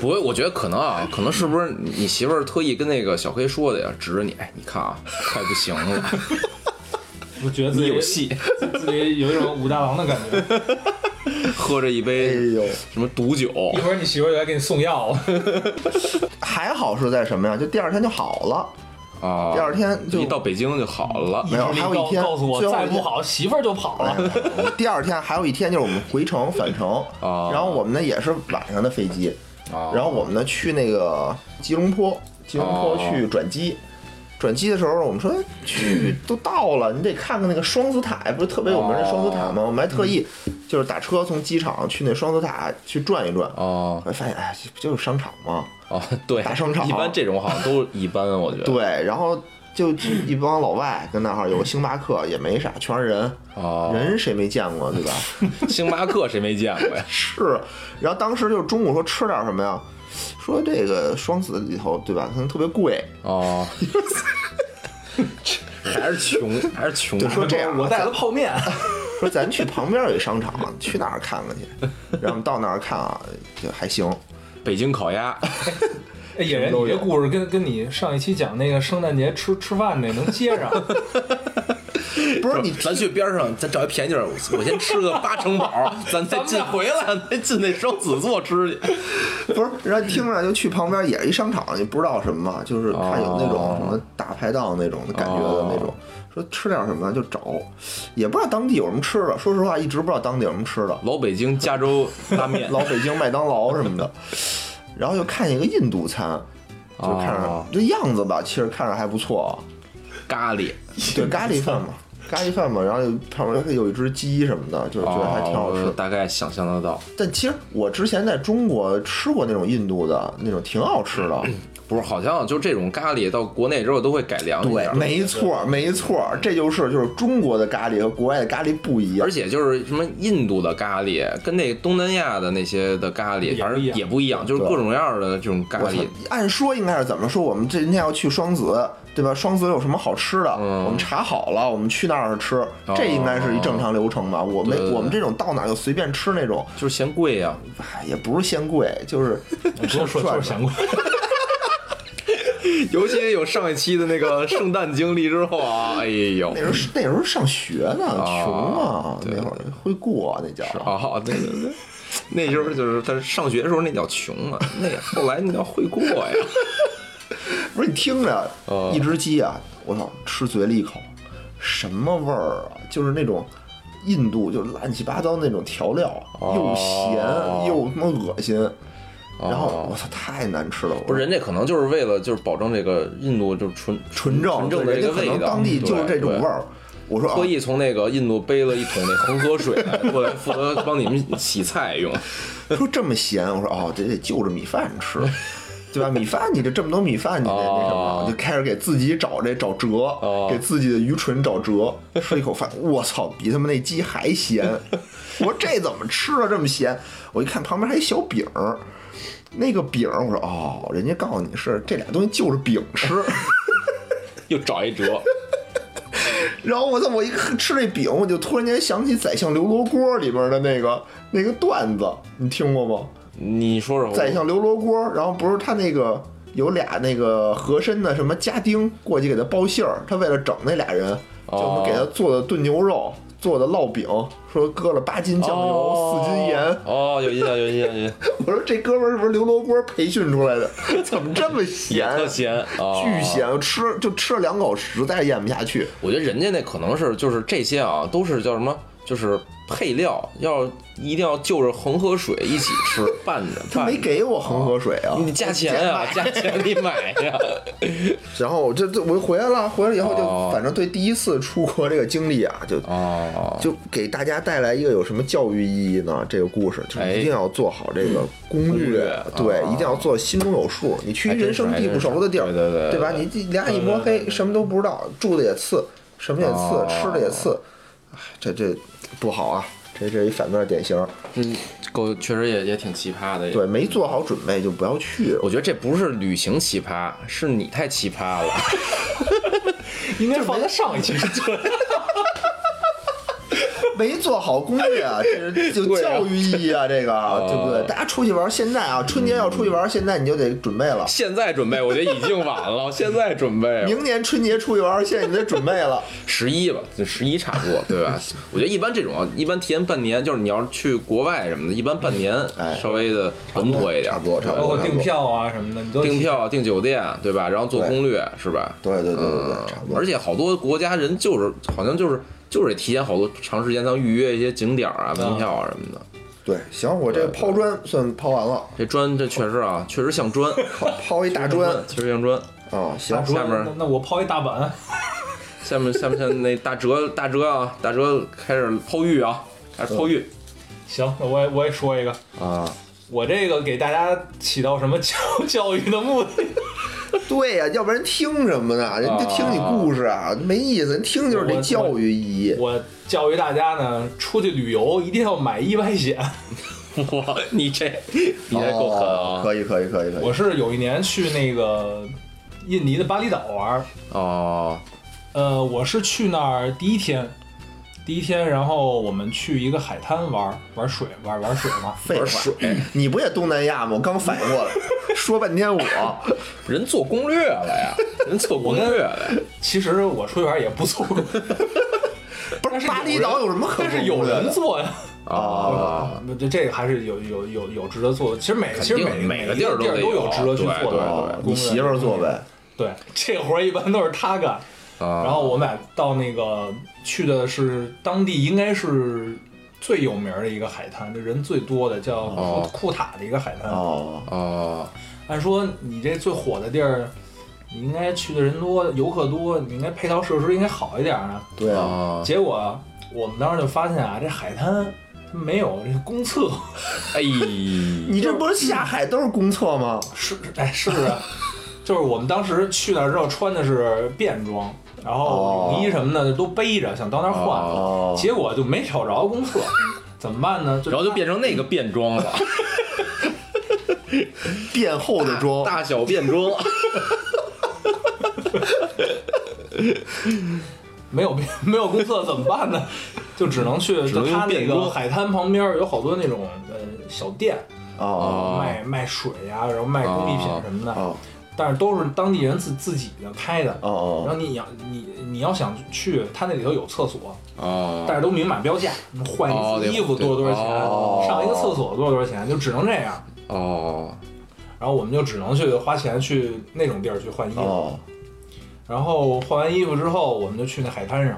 A: 不会，我觉得可能啊，可能是不是你媳妇儿特意跟那个小黑说的呀？指着你，哎，你看啊，快不行了，
C: 我觉得自
A: 你
C: 己
A: 有，戏，
C: 自己有一种武大郎的感觉。
A: 喝着一
B: 哎
A: 杯
B: 呦，
A: 什么毒酒，
C: 一会儿你媳妇儿就来给你送药了。
B: 还好是在什么呀？就第二天就好了，
A: 啊，
B: 第二天就
A: 一到北京就好了
B: 没有
C: 意志力
B: 还有一
C: 告
B: 天
C: 告诉我
B: 最后一
C: 再
B: 天哎
C: 不好，媳妇儿就跑了。
B: 第二天还有一天就是我们回程返程，
A: 哦
B: 然后我们呢也是晚上的飞机，
A: 啊，
B: 然后我们呢去那个吉隆坡，吉隆坡
A: 哦
B: 去转机。转机的时候，我们说去都到了，你得看看那个双子塔，不是特别有名的双子
A: 啊
B: 塔吗？我们还特意就是打车从机场去那双子塔去转一转，
A: 哦
B: 我发现哎，这不就是商场吗？
A: 哦，对，
B: 大商场
A: 一般这种好像都一般，我觉得，
B: 对，然后就一帮老外跟那儿有个星巴克，也没啥，全是人，
A: 哦，
B: 人谁没见过对吧？
A: 星巴克谁没见过呀？
B: 是，然后当时就中午说吃点什么呀？说这个双子里头对吧，可能特别贵，
A: 哦， 还是穷，还是穷，
B: 就说这样啊
C: 我带了 泡面。
B: 说咱去旁边有一商场，去那儿看看去。然后我们到那儿看啊，就还行。
A: 北京烤鸭，
C: 哎野人，
B: 什么都
C: 你
B: 有
C: 这故事跟跟你上一期讲那个圣诞节吃吃饭那能接 上，
B: 不 是你
A: 咱去边上，咱找一便宜地儿，我先吃 个八成饱，咱再进回来，咱再进那双子座吃去。
B: 不是，然后听着就去旁边也是一商场，也不知道什么嘛，就是他有那种
A: 哦
B: 什么大排档那种感觉的那种。说吃点什么就找，也不知道当地有什么吃的。说实话，一直不知道当地有什么吃的，
A: 老北京加州拉面，
B: 老北京麦当劳什么的。然后就看见一个印度餐，就看着、
A: 哦
B: 这样子吧，其实看着还不错啊。
A: 咖喱，
B: 对，咖喱饭嘛，咖喱饭嘛，然后旁边有一只鸡什么的，就是觉得还挺好吃。
A: 哦大概想象得到，
B: 但其实我之前在中国吃过那种印度的那种，挺好吃 的。
A: 不是，好像就这种咖喱到国内之后都会改良一下。
B: 没错，没错，这就是就是中国的咖喱和国外的咖喱不一样
A: 而。且就是什么印度的咖喱，跟那个东南亚的那些的咖喱，
C: 也
A: 反
C: 不
A: 正
C: 一样
A: 也不一样，就是各种各样的这种咖
B: 我操
A: 喱。
B: 按说应该是怎么说？我们这今天要去双子，对吧？双子有什么好吃的？
A: 嗯
B: 我们查好了，我们去那儿吃，这应该是一正常流程吧？我们
A: 对对对
B: 我们这种到哪就随便吃那种，
A: 就是嫌贵啊呀、
B: 哎，也不是嫌贵， 就是
C: 不用说就是 想过。
A: 尤其有上一期的那个圣诞经历之后啊，哎呦
B: 那，时候是那时候上学呢，
A: 啊
B: 穷啊，
A: 对
B: 那会儿会过啊那叫。
A: 哦，对对对，那时候就是他上学的时候那叫穷啊，那后来那叫会过呀。
B: 不是你听着
A: 哦，
B: 一只鸡啊，我操，吃嘴里一口，什么味儿啊？就是那种印度就乱七八糟那种调料，
A: 哦
B: 又咸又他妈恶心。然后我操，太难吃了！
A: 不是，人家可能就是为了就是保证这个印度就是纯
B: 纯正，
A: 纯正的
B: 人
A: 这个
B: 家可
A: 味
B: 能
A: 道，嗯
B: 当地就是这种味
A: 对。
B: 儿。我说啊
A: 特意从那个印度背了一桶那恒河水来过来，负责帮你们洗菜用。
B: 说这么咸，我说哦，这得就着米饭吃。对吧？米饭，你这这么多米饭，你得那什么，
A: 哦
B: 就开始给自己找这找辙，
A: 哦
B: 给自己的愚蠢找辙。吃一口饭，我操，比他们那鸡还咸！ 我说这怎么吃啊，这么咸？我一看旁边还一小饼儿，那个饼儿，我说哦，人家告诉你是这俩东西就是饼吃。
A: 又找一折，
B: 然后我操，我一看吃这饼，我就突然间想起《宰相刘罗锅》里边的那个那个段子，你听过吗？
A: 你说说，
B: 宰相刘罗锅，然后不是他那个有俩那个和珅的什么家丁过去给他包信儿，他为了整那俩人，就我
A: 哦
B: 们给他做的炖牛肉，做的烙饼，说搁了八斤酱油、
A: 哦
B: 四斤盐。
A: 哦，有印象，有印象，有印象，
B: 我说这哥们儿是不是刘罗锅培训出来 的？怎么这么
A: 也
B: 咸？啊
A: 特咸，哦
B: 巨咸，吃就吃了两口，实在咽不下去。
A: 我觉得人家那可能是就是这些啊，都是叫什么，就是配料，要一定要就着恒河水一起吃 拌着，
B: 他
A: 拌
B: 没
A: 着
B: 给我恒河水啊！
A: 你加钱呀、
B: 我捡买
A: 加钱你买 呀、
B: 然后我这这我就回来了，回来以后
A: 哦
B: 就反正对第一次出国这个经历啊，就
A: 哦，
B: 就给大家带来一个有什么教育意义呢？这个故事就是
A: 哎
B: 一定要做好这个
A: 攻
B: 攻略，
A: 略
B: 对，
A: 啊
B: 一定要做心中有数。你去
A: 还
B: 一
A: 真是
B: 人生地不熟的地儿，
A: 还真是对对对对
B: 吧？你这俩一摸黑，什么都不知道，住的也次，什么也次
A: 哦，
B: 吃的也次，哎，这这不好啊！这这一反面典型，
A: 这狗确实也也挺奇葩的。
B: 对，，没做好准备就不要去。
A: 我觉得这不是旅行奇葩，是你太奇葩了。
C: 应该放在上一期。对，
B: 没做好攻略 啊，这是有
A: 对啊
B: 教育意义 啊，这个对不对？大家出去玩，现在啊，春节要出去玩，现在你就得准备 了。
A: 现在准备，我觉得已经晚了。现在准备，
B: 明年春节出去玩，现在你得准备了。
A: 十一吧，就十一差不 多，对吧？我觉得一般这种啊一般提前半年，就是你要是去国外什么的，一般半年
B: 哎
A: 稍微的稳妥一点，
B: 差不多，差不
C: 包
B: 多，
C: 括
B: 差不
C: 订
B: 多。
C: 票啊什么的，你都
A: 订票、订酒店，啊对吧？然后做
B: 对
A: 攻略，是吧？
B: 对对对对对，
A: 嗯
B: 差不多。
A: 而且好多国家人就是好像就是就是得提前好多长时间，咱预约一些景点儿啊、门票啊什么的。
B: 对，行，我这抛砖算抛完了，
A: 这砖这确实啊，确实像 砖，
B: 抛一大砖
A: 确实像砖。
B: 啊，行
A: 下
C: 大。桌
A: 面
C: 那那我抛一大板，
A: 下面下面下面那大哲大哲啊，大哲开始抛玉啊，开始抛玉
C: 行，那我也我也说一个，
A: 啊。
C: 我这个给大家起到什么教 教育的目的？
B: 对呀，要不然听什么呢？人家听你故事啊，没意思。人听就是这教育意义。
C: 我教育大家呢，出去旅游一定要买意外险。
A: 哇，你这你这够狠
B: 哦
A: 啊！
B: 可以，可以，可以，可以
C: 我。是有一年去那个印尼的巴厘岛玩，
A: 哦，
C: 呃，我是去那儿第一天，第一天，然后我们去一个海滩玩玩水，玩玩水嘛。
B: 废话，你不也东南亚吗？我刚反应过来，说半天我，
A: 人做攻略了 呀，人做攻略了呀。
C: 其实我出去玩也不错，
B: 不是巴厘岛有什么可
C: 但是
B: 攻
C: 有
B: 略
C: 人
B: 的？
C: 做呀。
A: 哦，
C: 不啊这这个还是有有有有值得做的。其实每其实
A: 定每
C: 每个
A: 个
C: 地
A: 地
C: 儿
A: 儿
C: 都
A: 都得
C: 有
A: 有
C: 值得去
A: 对
C: 做的
A: 对对
C: 攻略。
B: 你媳妇儿做呗。
C: 对，这活儿一般都是他干。
A: 啊
C: 然后我们俩到那个去的是当地应该是最有名儿的一个海滩，就人最多的叫库
A: 哦
C: 库塔的一个海滩。
B: 哦，
A: 哦，
C: 按说你这最火的地儿，你应该去的人多，游客多，你应该配套设施应该好一点儿呢。
B: 对啊，
A: 啊，
C: 结果我们当时就发现啊，这海滩没有这个公厕，
A: 哎，
B: 你这不是下海都是公厕吗？
C: 是哎是啊，就是我们当时去那儿之后穿的是便装，然后
B: 哦
C: 泳衣什么的都背着，想到那儿换，
B: 哦
C: 结果就没找着公厕，怎么办呢？
A: 然后就变成那个变装了，
B: 变厚的 妆，
A: 大小变 装，
C: 没有没有公厕怎么办呢？就只能去，
A: 能
C: 就
A: 用
C: 它那
A: 便
C: 个
A: 装
C: 海滩旁边有好多那种呃小店，
B: 哦
A: 哦
C: 卖卖水呀、然后卖工艺品什么的，
B: 哦
C: 但是都是当地人自自己的开的。
B: 哦哦
C: 然后你要你你要想去，他那里头有厕所，
A: 哦
C: 但是都明码标价，你换
A: 哦
C: 一次衣服
A: 对
C: 多少多少钱，
A: 哦
C: 上一个厕所多少多少钱，就只能这样。
A: 哦，
C: 然后我们就只能去花钱去那种地儿去换衣服。
B: 哦，
C: 然后换完衣服之后，我们就去那海滩上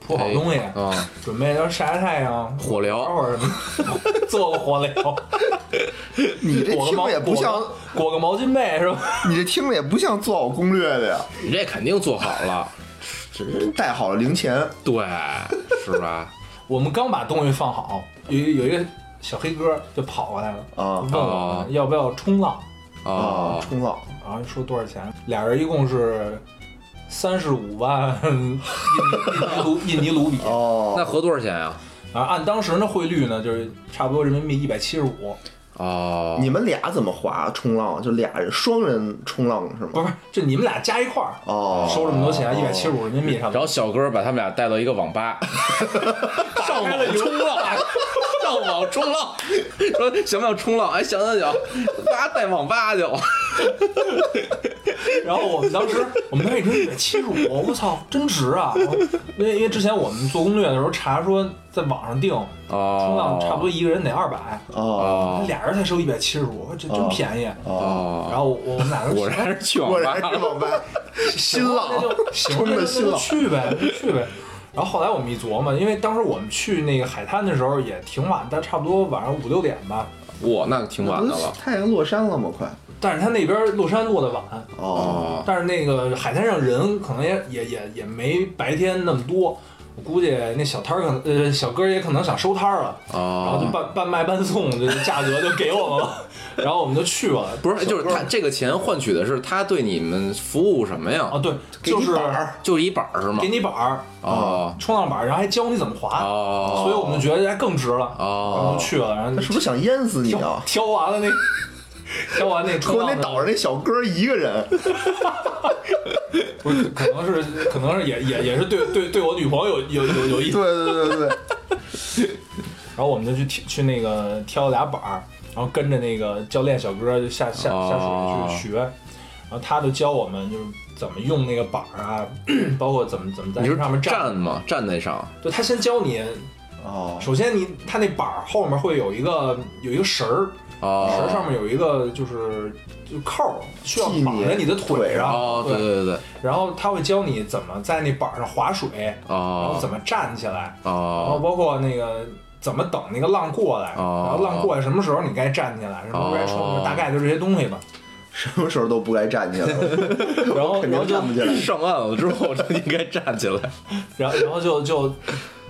C: 铺
B: 哎
C: 好东西，
B: 哦
A: 啊，
C: 准备要晒晒太阳，
A: 火
C: 玩
A: 疗，
C: 会儿什么， 做个火疗，
B: 你这
C: 裹个
B: 听
C: 毛
B: 着也不
C: 裹个
B: 像，
C: 裹个毛巾被是吧？
B: 你这听着也不像做好攻略的呀，
A: 你这肯定做好 了，
B: 只是带好了零钱。
A: 对，是 吧？
C: 我们刚把东西放好，有一有一个小黑哥就跑过来了，
B: 啊
C: 问我
A: 啊
C: 们要不要冲浪。
A: 啊，
B: 冲浪
C: 啊，说多少钱？俩人一共是三十 五万印尼印尼卢印尼卢比啊。
B: 哦，
A: 那合多少钱啊呀？
C: 按当时的汇率呢，就是差不多人民币一百七十五。
A: 哦，
B: 你们俩怎么滑冲浪？啊就俩人双人冲浪是
C: 不
B: 吗？
C: 是，这你们俩加一块儿
B: 哦
C: 收这么多钱，一百七十五人民币差不
A: 然
C: 多。
A: 后小哥把他们俩带到一个网吧，上网冲浪，上网冲浪， 说想不想冲浪？哎，想想 想，大家带网吧去。
C: 然后我们当时，我们当时一听一百七十五，我操，真值啊！因为因为之前我们做攻略的时候查说，在网上订
A: 哦，
C: 冲浪差不多一个人得二百，
B: 哦，
A: 哦
C: 俩人才收一百七十五，这真便宜。
A: 哦，
C: 然后我们俩人
A: 果然是去网
B: 啊 果
A: 吧
B: 然是
A: 了。
B: 网吧，新
C: 那
B: 浪
C: 就行，
B: 冲
C: 那
B: 着
C: 就
B: 新
C: 那就
B: 浪，
C: 去呗，那就去呗。然后后来我们一琢磨，因为当时我们去那个海滩的时候也挺晚，但差不多晚上五六点吧。
A: 哇，那挺晚的
B: 不是
A: 了。
B: 太阳落山了吗？快
C: 但是他那边落山落的晚，
B: 哦，
A: 哦，
C: 但是那个海滩上人可能也也也也没白天那么多，我估计那小摊儿可能呃小哥也可能想收摊儿了，
B: 啊
C: 然后就
A: 哦，
C: 半半卖半送，这价格就给我们了， 然后我们就去了。
A: 不是，就是他这个钱换取的是他对你们服务什么呀
C: 啊，？对，
B: 给
C: 就
B: 你
C: 是
B: 板儿
A: 就是一板儿是吗
C: 给？你板儿，
A: 哦
C: 冲浪板儿，然后还教你怎么滑，
A: 哦
C: 所以我们就觉得哎更值了。然
A: 哦
C: 后去了，然后
B: 他是不是想淹死你
C: 挑
B: 啊？
C: 挑完了那挑完那冲
B: 我
C: 浪
B: 那
C: 的
B: 岛上那小哥一个人，
C: 不是，可能是可能是也也也是对对对我女朋友有有有有意
B: 对
C: 思，
B: 对对对，
C: 然后我们就去挑去那个挑俩板儿，然后跟着那个教练小哥就下下
A: 哦
C: 下水去学，然后他就教我们就是怎么用那个板儿啊，包括怎么怎么在
A: 你是
C: 上面站，
A: 站吗？站在上。
C: 对他先教你，
B: 哦，
C: 首先你他那板儿后面会有一个有一个绳儿，绳儿
A: 哦
C: 上面有一个就是就扣儿，需要
B: 系你
C: 绑在你的腿上，
A: 哦，对对对对，
C: 然后他会教你怎么在那板上划水，然后
A: 哦
C: 怎么站起来，然后
A: 哦
C: 包括那个怎么等那个浪过来，
A: 哦
C: 然后浪过来什么时候你该站起来，什么时候该冲，
A: 哦
C: 大概就这些东 西吧。
B: 什么时候都不该站起来了，
C: 然
A: 哦
C: 后
B: 肯
C: 然
B: 定
C: 后就
B: 站不起来。
A: 上岸了之后就应该站起来。
C: 然后然后就就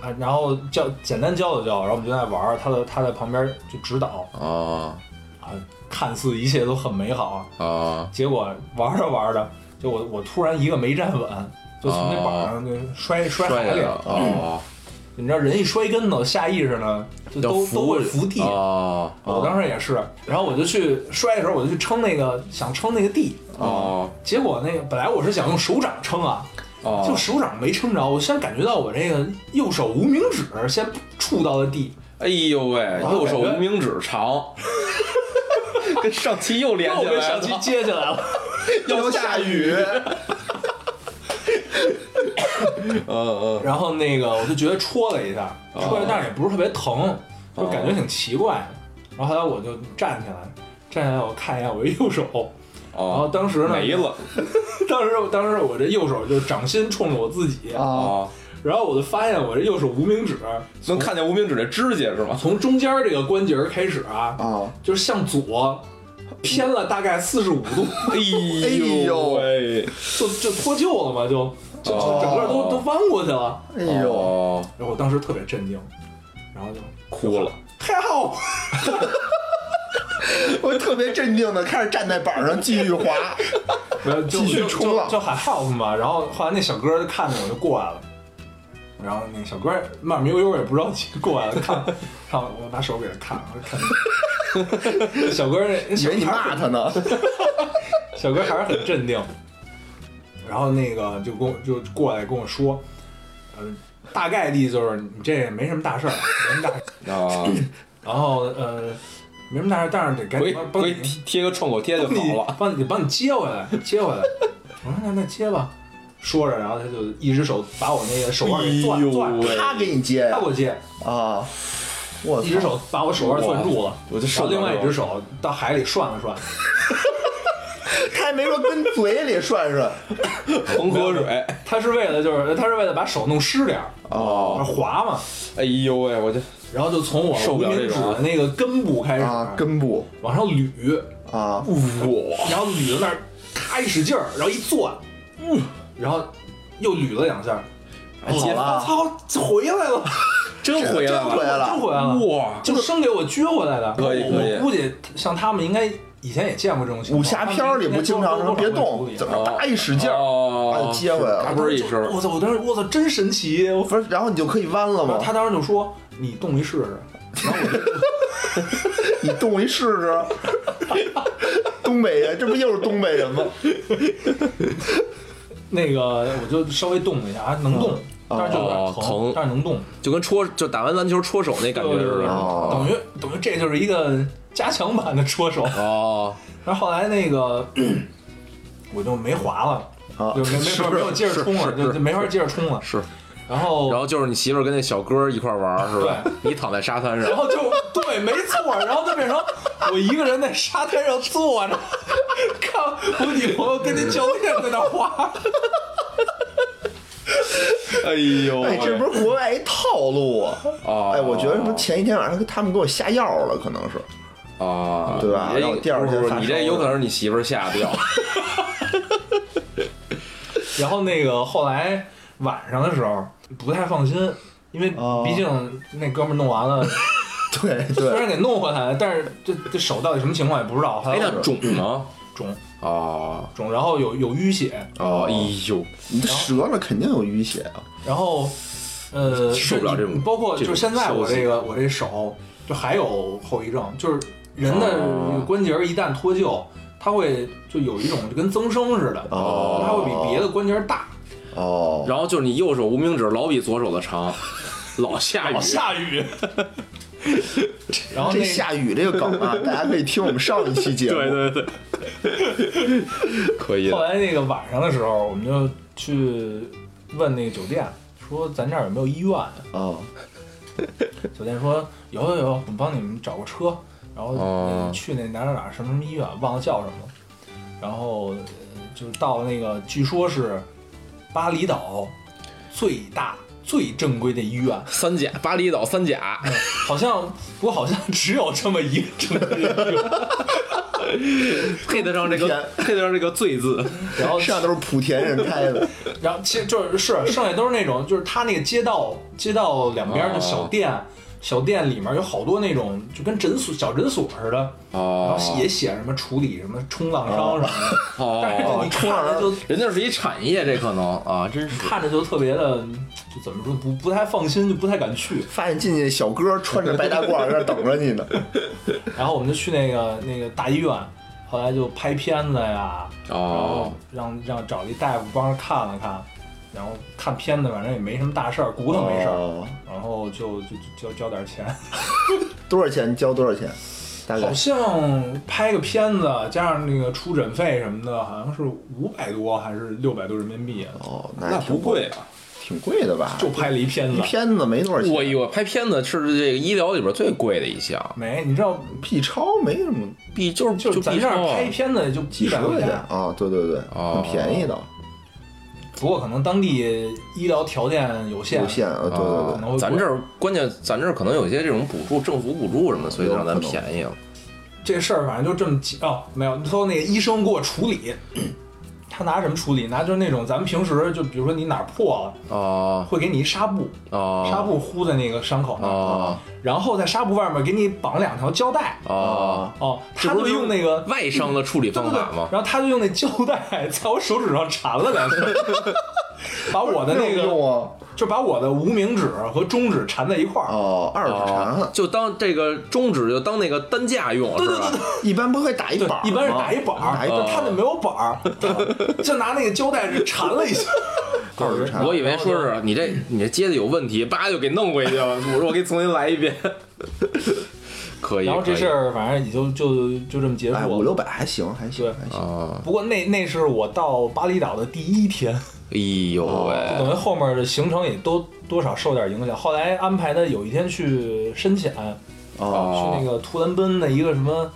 C: 啊，然后教简单教了教，然后我们就在那玩儿，他在他在旁边就指导
A: 哦
C: 啊，看似一切都很美好啊，
A: 哦
C: 结果玩着玩着，就我我突然一个没站稳，就从那板上就摔摔
A: 摔
C: 海里
A: 了
C: 了。嗯
A: 哦，
C: 你知道人一摔跟头，下意识呢就
A: 要
C: 都都会
A: 扶
C: 伏地。
A: 哦
C: 我当时也是，然后我就去摔的时候，我就去撑那个想撑那个地，
A: 哦
C: 结果那个本来我是想用手掌撑啊，
A: 哦，
C: 就手掌没撑着，我先感觉到我这个右手无名指先触到了地，
A: 哎呦喂，右手无名指 长，跟上期又连
C: 又
A: 起
C: 跟
A: 来
C: 上期
A: 了。
C: 接起来了，
A: 要下雨，嗯嗯，
C: 然后那个我就觉得戳了一下，
A: 哦
C: 戳了，但是也不是特别疼，就感觉挺奇怪的。然后后来我就站起来，站起来我看一下我这右手，然后
A: 哦，
C: 当时呢
A: 没，了
C: 当时当时我这右手就掌心冲着我自己，
B: 啊，
A: 哦，
C: 然后我就发现我这右手无名指
A: 能看见无名指的指甲是吗？
C: 从中间这个关节儿开始
A: 哦
C: 啊，
B: 啊，
C: 就是向左偏了大概四十五度，
A: 哎呦
B: 哎
A: 喂，
C: 就就脱臼了嘛，就就就整个都都弯过去了。
B: 哎呦，
A: 哦，
C: 然后我当时特别震惊，然后就
A: 哭了，
C: 太好，
B: 我特别镇定的开始站在板上继续滑，
C: 然后就
B: 继续
C: 就
B: 冲浪
C: 就就喊 help 嘛。然后后来那小哥就看见我就过来了，然后那小哥慢慢悠悠也不知道去过来了，看看我我把手给他看了，看 小哥那
B: 以
C: 小
B: 为你
C: 孩儿
B: 骂他 呢。
C: 小哥还是很镇定，然后那个就跟我就过来跟我说，呃，大概意就是你这也没什么大事儿，没什么大事 儿，
A: 啊，
C: 然后呃，没什么大事儿，但是得赶
A: 回
C: 紧帮帮
A: 回
C: 你
A: 贴贴个创口贴就
C: 帮你
A: 好了。
C: 帮你帮你接回来，接回来。 我说那那接吧，说着，然后他就一只手把我那个手腕给
A: 哎
C: 攥攥，
B: 他给你接
C: 他
B: 呀
C: 给我接，
B: 啊！我
C: 一只
B: 操，
C: 手把我手腕攥住了，
A: 我就
C: 然
A: 受
C: 后
A: 不了
C: 另外一只手到海里涮了涮，
B: 他还没说跟嘴里涮涮啊
A: 恒河水，
C: 他是为了就是他是为了把手弄湿点儿，
B: 哦
C: 滑嘛。
A: 哎呦喂，我这
C: 然后就从我
A: 受不
C: 无
A: 了
C: 名
A: 这
C: 指
A: 种啊
C: 的那个根部开始、
B: 啊，根部
C: 往上捋，
B: 啊，
A: 哇，
C: 然后捋到那儿，咔一使劲儿，然后一攥，嗯，然后又捋了两下，哎
B: 好
C: 我
B: 了，
C: 操，回来了，
A: 真回来
B: 真回
A: 了，
B: 来了
C: 真回来了，
A: 哇，
C: 就生给我撅回来的。
A: 可以可以
C: 我估计像他们应该以前也见过这种情况。
B: 武侠片儿里不经常说别动，
C: 啊
B: 怎么打一使劲儿，把
A: 哦
B: 你，接回来
A: 嘎
B: 了。
A: 嘣儿一声，
C: 我操！我当时我操，真神奇！我
B: 不是，然后你就可以弯了吗？
C: 哦他当时就说：“你动一试试。”
B: 你动一试 试。东北人，这不又是东北 人吗？
C: 那个我就稍微动了一下，还啊能动，但是就有点
A: 哦疼
C: 但是能动，
A: 就跟戳就打完篮球戳手那感觉似的。
B: 哦
C: 等于等于这就是一个加强版的戳手。
A: 哦，
C: 然后后来那个我就没滑了，
B: 啊
C: 就没没
A: 是
C: 法没有接着冲了，
A: 是
C: 就是就没法接着冲了。
A: 是。
C: 然后
A: 然后就是你媳妇儿跟那小哥一块儿玩儿是吧？你躺在沙滩上
C: 然，后就对，没错，然后就变成我一个人在沙滩上坐着， 看我女朋友跟那教练在那滑。
A: 哎呦
B: 哎，这不是国外一套路啊！
A: 哦
B: 哎，我觉得什么前一天晚上他们给我下药了，可 能是
A: 啊，
B: 对吧
A: 你
B: 然后
A: 这
B: 第二天
A: 不是
B: 发
A: 你
B: 烧
A: 这
B: 了
A: 有可能是你媳妇儿吓掉，
C: 然后那个后来晚上的时候不太放心，因为
B: 哦
C: 毕竟那哥们儿弄完了，
B: 对
C: 虽
B: 对，
C: 然给弄回来，但是这这手到底什么情况也不知道，还
A: 哎，
C: 有
A: 那肿呢？
C: 肿
A: 哦
C: 肿，然后有有淤血，
A: 哦，哎呦，
B: 你的折了肯定有淤血啊！
C: 然后呃
A: 受不了这种
C: 包括就是现在我
A: 这种
C: 这个我这手就还有后遗症，就是人的
A: 哦
C: 关节一旦脱臼，它会就有一种就跟增生似的，
B: 哦
C: 它会比别的关节大。
B: 哦，
A: 然后就是你右手无名指老比左手的长，老下雨，
C: 下雨， 然后那
B: 这下雨这个梗啊， 大家可以听我们上一期节 目。
A: 对对对，可以
C: 后
A: 的，
C: 来那个晚上的时候，我们就去问那个酒店，说咱这儿有没有医院呀？
B: 啊，
C: 酒店说有有有，我们帮你们找个车，然后
A: 哦
C: 呃去那哪儿哪儿哪儿什么什么医院，忘了叫什么了。然后呃就是到那个，据说是巴厘岛最大最正规的医院，
A: 三甲巴厘岛三甲，
C: 好像不过好像只有这么一个正规的医院。
A: 配得上这
B: 天
A: 个配得上这个“罪”字，
C: 然后
B: 剩下都是莆田人开 的。
C: 然后其实就是是剩下都是那种，就是他那个街道街道两边儿就小店，
A: 哦
C: 小店里面有好多那种就跟诊所小诊所似的，然
A: 哦
C: 后也写什么处理什么冲浪伤什么的， 但是你
A: 哦，
C: 看着就
A: 人家是一产业，这可能啊，真是
C: 看着就特别的，就怎么说不不太放心，就不太敢去。
B: 发现进去小哥穿着白大褂在那儿等着你呢。
C: 然后我们就去那个那个大医院，后来就拍片子呀，然后
A: 哦，
C: 让让找一大夫帮着看了看，然后看片子反正也没什么大事儿，骨头没事儿，
B: 哦
C: 然后就就就交交点钱。
B: 多少钱？你交多少钱？大概
C: 好像拍个片子加上那个出诊费什么的，好像是五百多还是六百多人民币，啊
B: 哦，那
A: 那
B: 也挺
A: 不，贵吧？
B: 挺贵的吧？
C: 就拍了一片
B: 一
C: 子。
B: 片子没多少钱，
A: 啊我我拍片子是这个医疗里边最贵的一项
C: 没，你知道，
B: B 超没什么，
A: ，B 就是
C: 就是咱
A: B
C: 这儿
A: 超啊
C: 拍一片子就
B: 几
C: 一
B: 十
C: 百块
B: 块钱
C: 钱
B: 啊、，对对对，
A: 哦
B: 很便宜的，
C: 不过可能当地医疗条件有限，
B: 有限啊，对对
C: 可
B: 对。
C: 能会贵
A: 咱这儿关键，咱这儿可能有一些这种补助，政府补助什么的，所以让咱便宜了。
C: 这事儿反正就这么几哦，没有，最后那个医生给我处理，他拿什么处理？拿就是那种咱们平时就比如说你哪儿破了，
A: 哦
C: 会给你一纱布，纱
A: 哦
C: 布糊在那个伤口那儿，
A: 哦
C: 然后在纱布外面给你绑两条胶带。
A: 哦，
C: 哦，
A: 这
C: 他
A: 不
C: 就是用那个
A: 外伤的处理方法吗？
C: 然后他就用那胶带 在我手指上缠 了两下，把我的那
B: 有
C: 个
B: 用啊，
C: 就把我的无名指和中指缠在一块儿。
B: 哦，二指
A: 哦
B: 禅，
A: 就当这个中指就当那个担架用，是吧？
B: 一般不会打一
C: 对
B: 板儿吗，哦
C: 一般是打一板
B: 打
C: 儿，哦
B: 一
C: 但
B: 板
C: 他那没有板儿，就拿那个胶带是缠了 一下。
B: 二指禅
A: 我，以为说是你
C: 嗯
A: 这你这接的有问题，叭就给弄回去了。我说我给重新来一 遍，可以。
C: 然后这事儿反正也就就就这么结
B: 哎，五
C: 束了。
B: 六百还行，还行
C: 对，
B: 还行。
A: 啊，
C: 不过那那是我到巴厘岛的第一天，
A: 哎呦
B: 哦
A: 喂，
C: 等于后面的行程也都多少受点影响。后来安排的有一天去深潜，
B: 哦，
C: 去
A: 哦
C: 那个图兰奔的一个什么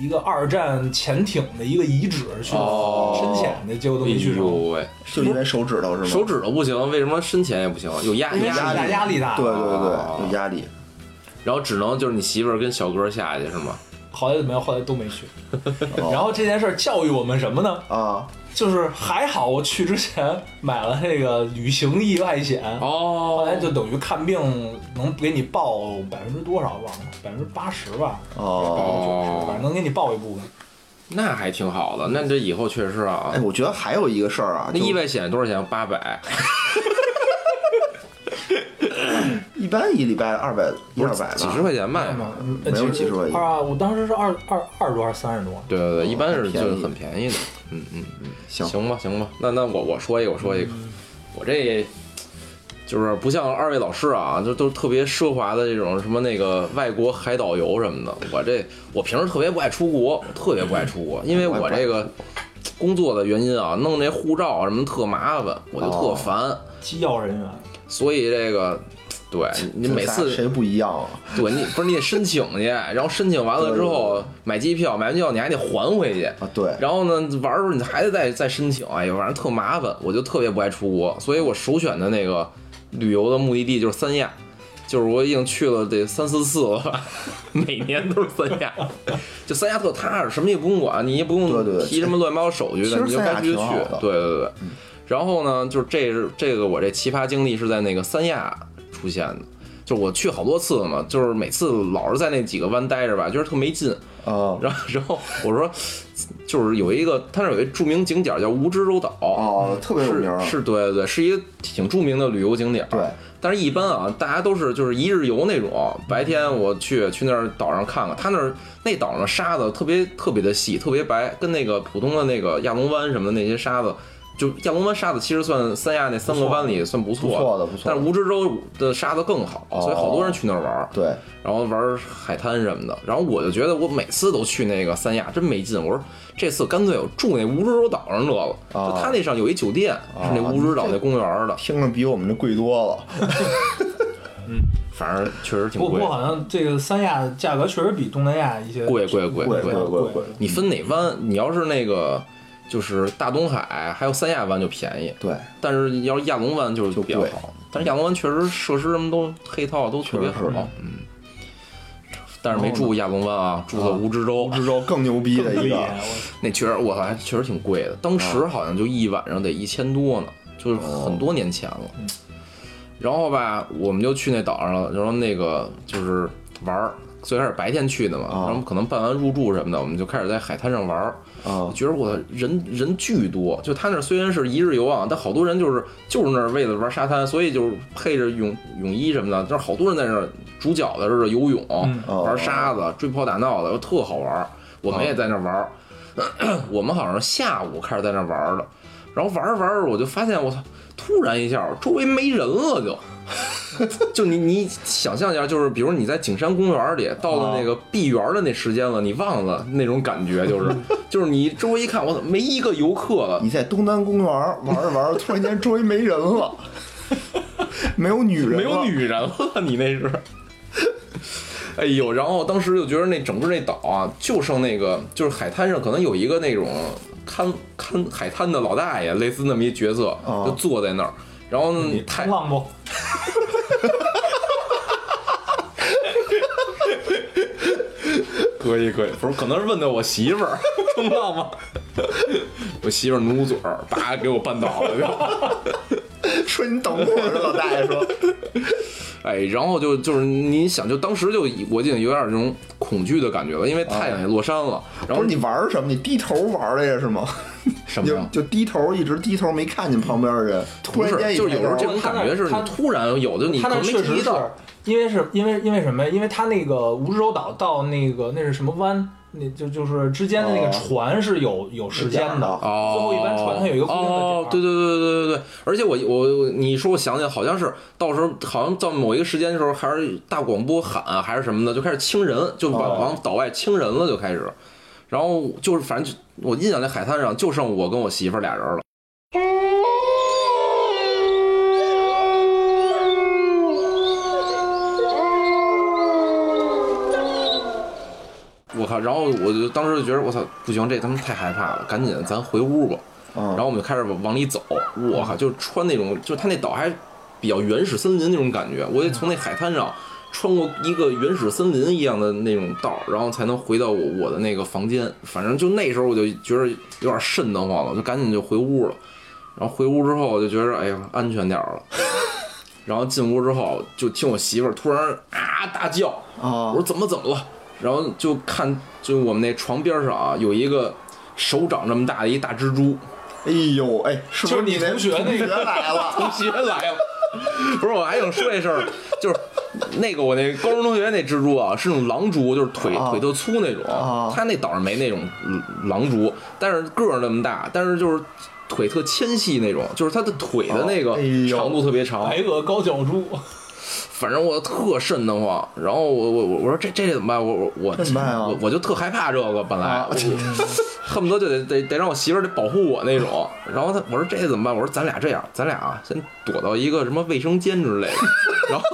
C: 一个二战潜艇的一个遗址去
A: 哦
C: 深潜的，结果都
A: 哎
C: 没去
A: 呦
C: 成。
A: 喂，
B: 就因为手指头是吗？
A: 手指头不行，为什么深潜也不行？有压
C: 因为
A: 压
C: 是
A: 力
C: 大，压力大，
B: 对对
A: 哦
B: 对，有压力。
A: 然后只能就是你媳妇儿跟小哥下去是吗？
C: 后来怎么样？后来都没 去。
B: 哦
C: 然后这件事儿教育我们什么呢？
B: 啊，
C: 就是还好我去之前买了这个旅行意外险，
A: 哦，
C: 后来就等于看病能给你报百分之多少忘了，百分之八十吧，
B: 哦，
C: 90%反正
A: 哦，
C: 能给你报一部分。
A: 那还挺好的，那这以后确实啊
B: 哎，，我觉得还有一个事儿啊，
A: 那
B: 就
A: 意外险多少钱？八百，
B: 一般一礼拜二百一
A: 不
B: 二
A: 是
B: 百吧，
A: 几十块钱卖
C: 是
A: 嘛
C: 吗？呃
B: 没有几十块钱
C: 啊！我当时是二二二十多还是三十多？
A: 对对对，一般是
B: 很便宜
A: 就是很便宜的。嗯嗯嗯，
B: 行
A: 行吧行吧，那那我我说一个我说一个，我这就是不像二位老师啊，就都特别奢华的这种什么那个外国海岛游什么的。我这我平时特别不爱出国，我特别不爱出国，因为我这个工作的原因啊，弄那护照啊什么特麻烦，我就特
B: 哦
A: 烦。
C: 机要人员，
A: 所以这个，对你
B: 咱
A: 每
B: 仨
A: 次
B: 谁不一样啊？
A: 对你不是你得申请去，然后申请完了之后买机票，买完机票你还得还回去。
B: 啊，对，
A: 然后呢，玩的时候你还得再再申请，哎呦，反正特麻烦，我就特别不爱出国，所以我首选的那个旅游的目的地就是三亚，就是我已经去了得三四次了 吧，每年都是三亚，就三亚特踏实，什么也不用管，你也不
B: 对对
A: 用
B: 对
A: 提什么乱七八糟手续
B: 其
A: 的，
B: 实
A: 你就该去就
B: 三
A: 去
B: 亚挺好的，嗯
A: 对对对。然后呢，就是这是这个我这奇葩经历是在那个三亚出现的。就是我去好多次了嘛，就是每次老是在那几个湾待着吧，觉得特没劲。
B: 啊，
A: 然后然后我说，就是有一个，它那儿有一著名景点儿叫蜈支洲岛，
B: 哦，特别有名儿
A: 是，是，对对对，是一个挺著名的旅游景点。
B: 对，
A: 但是一般啊，大家都是就是一日游那种，白天我去去那儿岛上看看，它那儿那岛上沙子特别特别的细，特别白，跟那个普通的那个亚龙湾什么的那些沙子。就亚龙湾沙子其实算三亚那三个湾里算不错
B: 不错的不错的
A: 但是蜈支洲的沙子更好，所以好多人去那儿玩儿。
B: 对，
A: 然后玩海滩什么的。然后我就觉得我每次都去那个三亚真没劲，我说这次干脆我住那蜈支洲岛上得了。
B: 哦
A: 就他那上有一酒店、是那蜈支岛那公园儿的，
B: 听着比我们这贵多了。
A: 反正确实挺
C: 不
A: 贵
C: 过，好像这个三亚价格确实比东南亚一些
A: 贵贵贵
B: 贵
A: 贵
B: 贵。
C: 贵
B: 贵
A: 你分哪湾？你要是那个就是大东海还有三亚湾就便宜，
B: 对，
A: 但是要是亚龙湾就是
B: 就
A: 比较
B: 贵
A: 好。但是亚龙湾确实设施什么都配套都特别
B: 确
A: 好
B: 实是，
A: 嗯。但是没住亚龙湾啊，住的蜈支洲。
B: 知州更牛逼的一
C: 厉
B: 个，
C: 害，啊我
A: 那确实，我还确实挺贵的，当时好像就一晚上得一千多呢，就是很多年前了。然后吧，我们就去那岛上了，然后那个就是玩儿，最开始白天去的嘛，
B: 啊
A: 然后可能办完入住什么的，我们就开始在海滩上玩儿。
B: 啊
A: 我，觉得我人人巨多，就他那儿虽然是一日游啊，但好多人就是就是那儿为了玩沙滩，所以就是配着泳泳衣什么的，就是好多人在那儿主角的似的游泳、
C: 嗯
B: 哦
A: 玩沙子、追跑打闹的，特好玩儿。我们也在那儿玩 儿，我们好像是下午开始在那儿玩儿的，然后玩着玩着我就发现我操，突然一下周围没人了就。 就你你想象一下，就是比如你在景山公园里，到了那个闭园的那时间了，你忘了那种感觉，就是就是你周围一看，我操，没一个游客了，
B: 你在东南公园玩着玩着，突然间周围没 人了，没有女人，
A: 没有，女人了，你那是。哎呦，然后当时就觉得那整个那岛啊，就剩那个就是海滩上可能有一个那种看看海滩的老大爷，类似那么一角色，
B: 哦
A: 就坐在那儿，然后
C: 你
A: 太
C: 冲浪不？
A: 可以可以，不是可能是问的我媳妇儿 冲浪吗？我媳妇儿努嘴儿，叭给我绊倒了就。
B: 说你等会儿，老大爷说，
A: 哎，然后就就是你想，就当时就我已经有点这种恐惧的感觉了，因为太
C: 啊
A: 阳也落山了， 然
B: 不
A: 后
B: 是你玩什么？你低头玩来着是吗？
A: 什
B: 你
A: 么
B: 就
A: 呀？
B: 就低头，一直低头没看见旁边的人，突
A: 不
B: 然
A: 是
B: 间，一
A: 就是
B: 抬
A: 有时候这种感觉是你
C: 哦他那
A: 突然有的，你
C: 他
A: 可
C: 那
A: 能没
C: 确
A: 注
C: 实
A: 意
C: 是
A: 到。
C: 因为是因为因为什么呀？因为他那个蜈支洲岛到那个那是什么湾？那就就是之间的那个
B: 哦
C: 船是有有时间
B: 点儿的
C: 的，
A: 哦，
C: 最后一般船它有一个固定的点儿
A: 哦，对对对对对对，而且我我你说我想起来，好像是到时候好像到某一个时间的时候，还是大广播喊啊还是什么的，就开始清人，就往
B: 哦
A: 往岛外清人了，就开始。然后就是反正就我印象那海滩上就剩我跟我媳妇儿俩人了。我靠！然后我就当时就觉得我操不行，这他妈太害怕了，赶紧咱回屋吧。
B: 啊，
A: 然后我们就开始往里走，我靠，就穿那种，就是它那岛还比较原始森林那种感觉，我得从那海滩上穿过一个原始森林一样的那种道儿，然后才能回到我我的那个房间。反正就那时候我就觉得有点瘆得慌了，我就赶紧就回屋了。然后回屋之后，我就觉得哎呀安全点儿了。然后进屋之后，就听我媳妇儿突然啊大叫，
B: 啊
A: 我说怎么怎么了？然后就看，就我们那床边上啊，有一个手掌这么大的一大蜘蛛，
B: 哎呦，哎，是不
C: 就是是你
B: 那
C: 同学
B: 同
C: 那个
B: 学来 了？
A: 同学来了。不是，我还想说一声，就是那个我那高中同学那蜘蛛啊，是那种狼蛛，就是腿、
B: 啊
A: 腿特粗那种。
B: 啊
A: 他那岛上没那种狼蛛，但是个儿那么大，但是就是腿特纤细那种，就是它的腿的那个
B: 哎呦
A: 长度特别长。
C: 白额高脚蛛，
A: 反正我特瘆得慌，然后我我我我说这这怎么办？我我我
B: 这怎么办啊
A: 我我就特害怕这个，本来、
B: 啊
A: 我我 恨不得就得得得让我媳妇儿得保护我那种。然后他我说这怎么办？我说咱俩这样，咱俩啊先躲到一个什么卫生间之类的，然后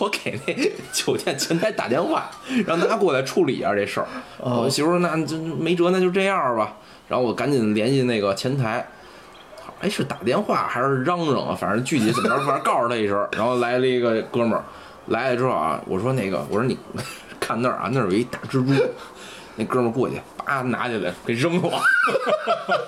A: 我给那酒店前台打电话，让他过来处理一下这事儿。我媳妇儿说那就没辙，那就这样吧。然后我赶紧联系那个前台，哎，是打电话还是嚷嚷啊？反正具体怎么着，反正告诉他一声。然后来了一个哥们儿，来了之后啊，我说那个，我说你 看那儿啊，那儿有一大蜘蛛。那哥们儿过去，叭拿起来给扔了，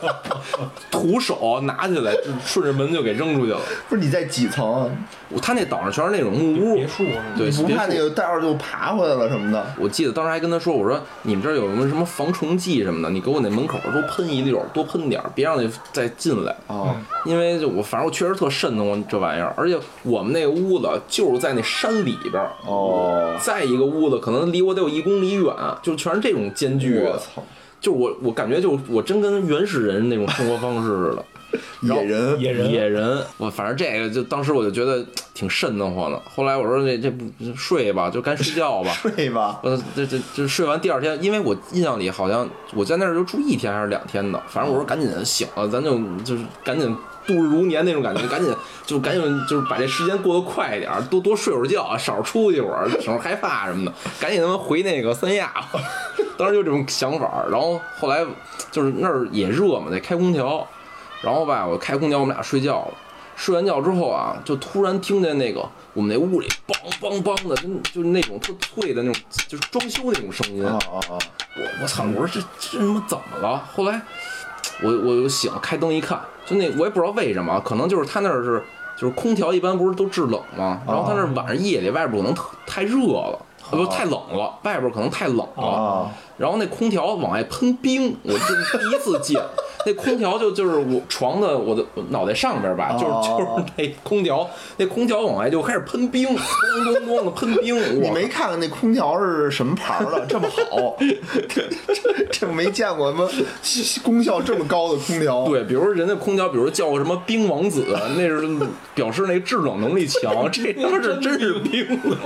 A: 徒手拿起来，就顺着门就给扔出去了。
B: 不是你在几层啊？
A: 我他那岛上全是那种木屋，
C: 别墅是啊吗
A: 对，
B: 你不
A: 别
B: 怕
A: 墅
B: 那个待会儿就爬回来了什么的？
A: 我记得当时还跟他说，我说你们这儿有没有什么防虫剂什么的？你给我那门口多喷一溜儿，多喷点儿，别让那再进来。
B: 啊
A: 因为就我反正我确实特瘆得慌这玩意儿，而且我们那个屋子就是在那山里边儿，
B: 哦，
A: 再一个屋子可能离我得有一公里远，就全是这种间距。
B: 我操，
A: 就是我我感觉就我真跟原始人那种生活方式似的。
B: 野人
C: 野人
A: 野人，我反正这个就当时我就觉得挺瘆得慌的。后来我说这这不睡吧，就该睡觉吧。
B: 睡吧，
A: 我这这这睡完第二天，因为我印象里好像我在那儿就住一天还是两天的，反正我说赶紧醒了，咱就就是赶紧度日如年那种感觉，赶紧就赶紧就是把这时间过得快一点儿，多多睡会儿觉，啊少出去会儿，省着害怕什么的，赶紧他妈回那个三亚吧。 当时就这种想法儿，然后后来就是那儿也热嘛，得开空调，然后吧，我开空调，我们俩睡觉了。睡完觉之后啊，就突然听见那个我们那屋里梆梆梆的，跟就是那种特脆的那种，就是装修那种声音。
B: 啊啊啊！
A: 我我操！我说这这他妈怎么了？后来我我就醒，开灯一看，就那我也不知道为什么，啊可能就是他那儿是就是空调一般不是都制冷吗？然后他那儿晚上夜里外边可能特太热了，啊不太冷了，外边可能太冷了。
B: 啊，
A: 然后那空调往外喷冰，我这是第一次见。 那空调就就是我床的我的脑袋上边吧，
B: 哦
A: 就是就是那空调，那空调往外就开始喷冰，咣咣咣的喷冰。
B: 你
A: 我
B: 没看看那空调是什么牌儿的？这么好， 这这这没见过什么功效这么高的空调。
A: 对，比如人家空调，比如叫个什么冰王子，那是表示那制冷能力强，这他妈是真是冰了，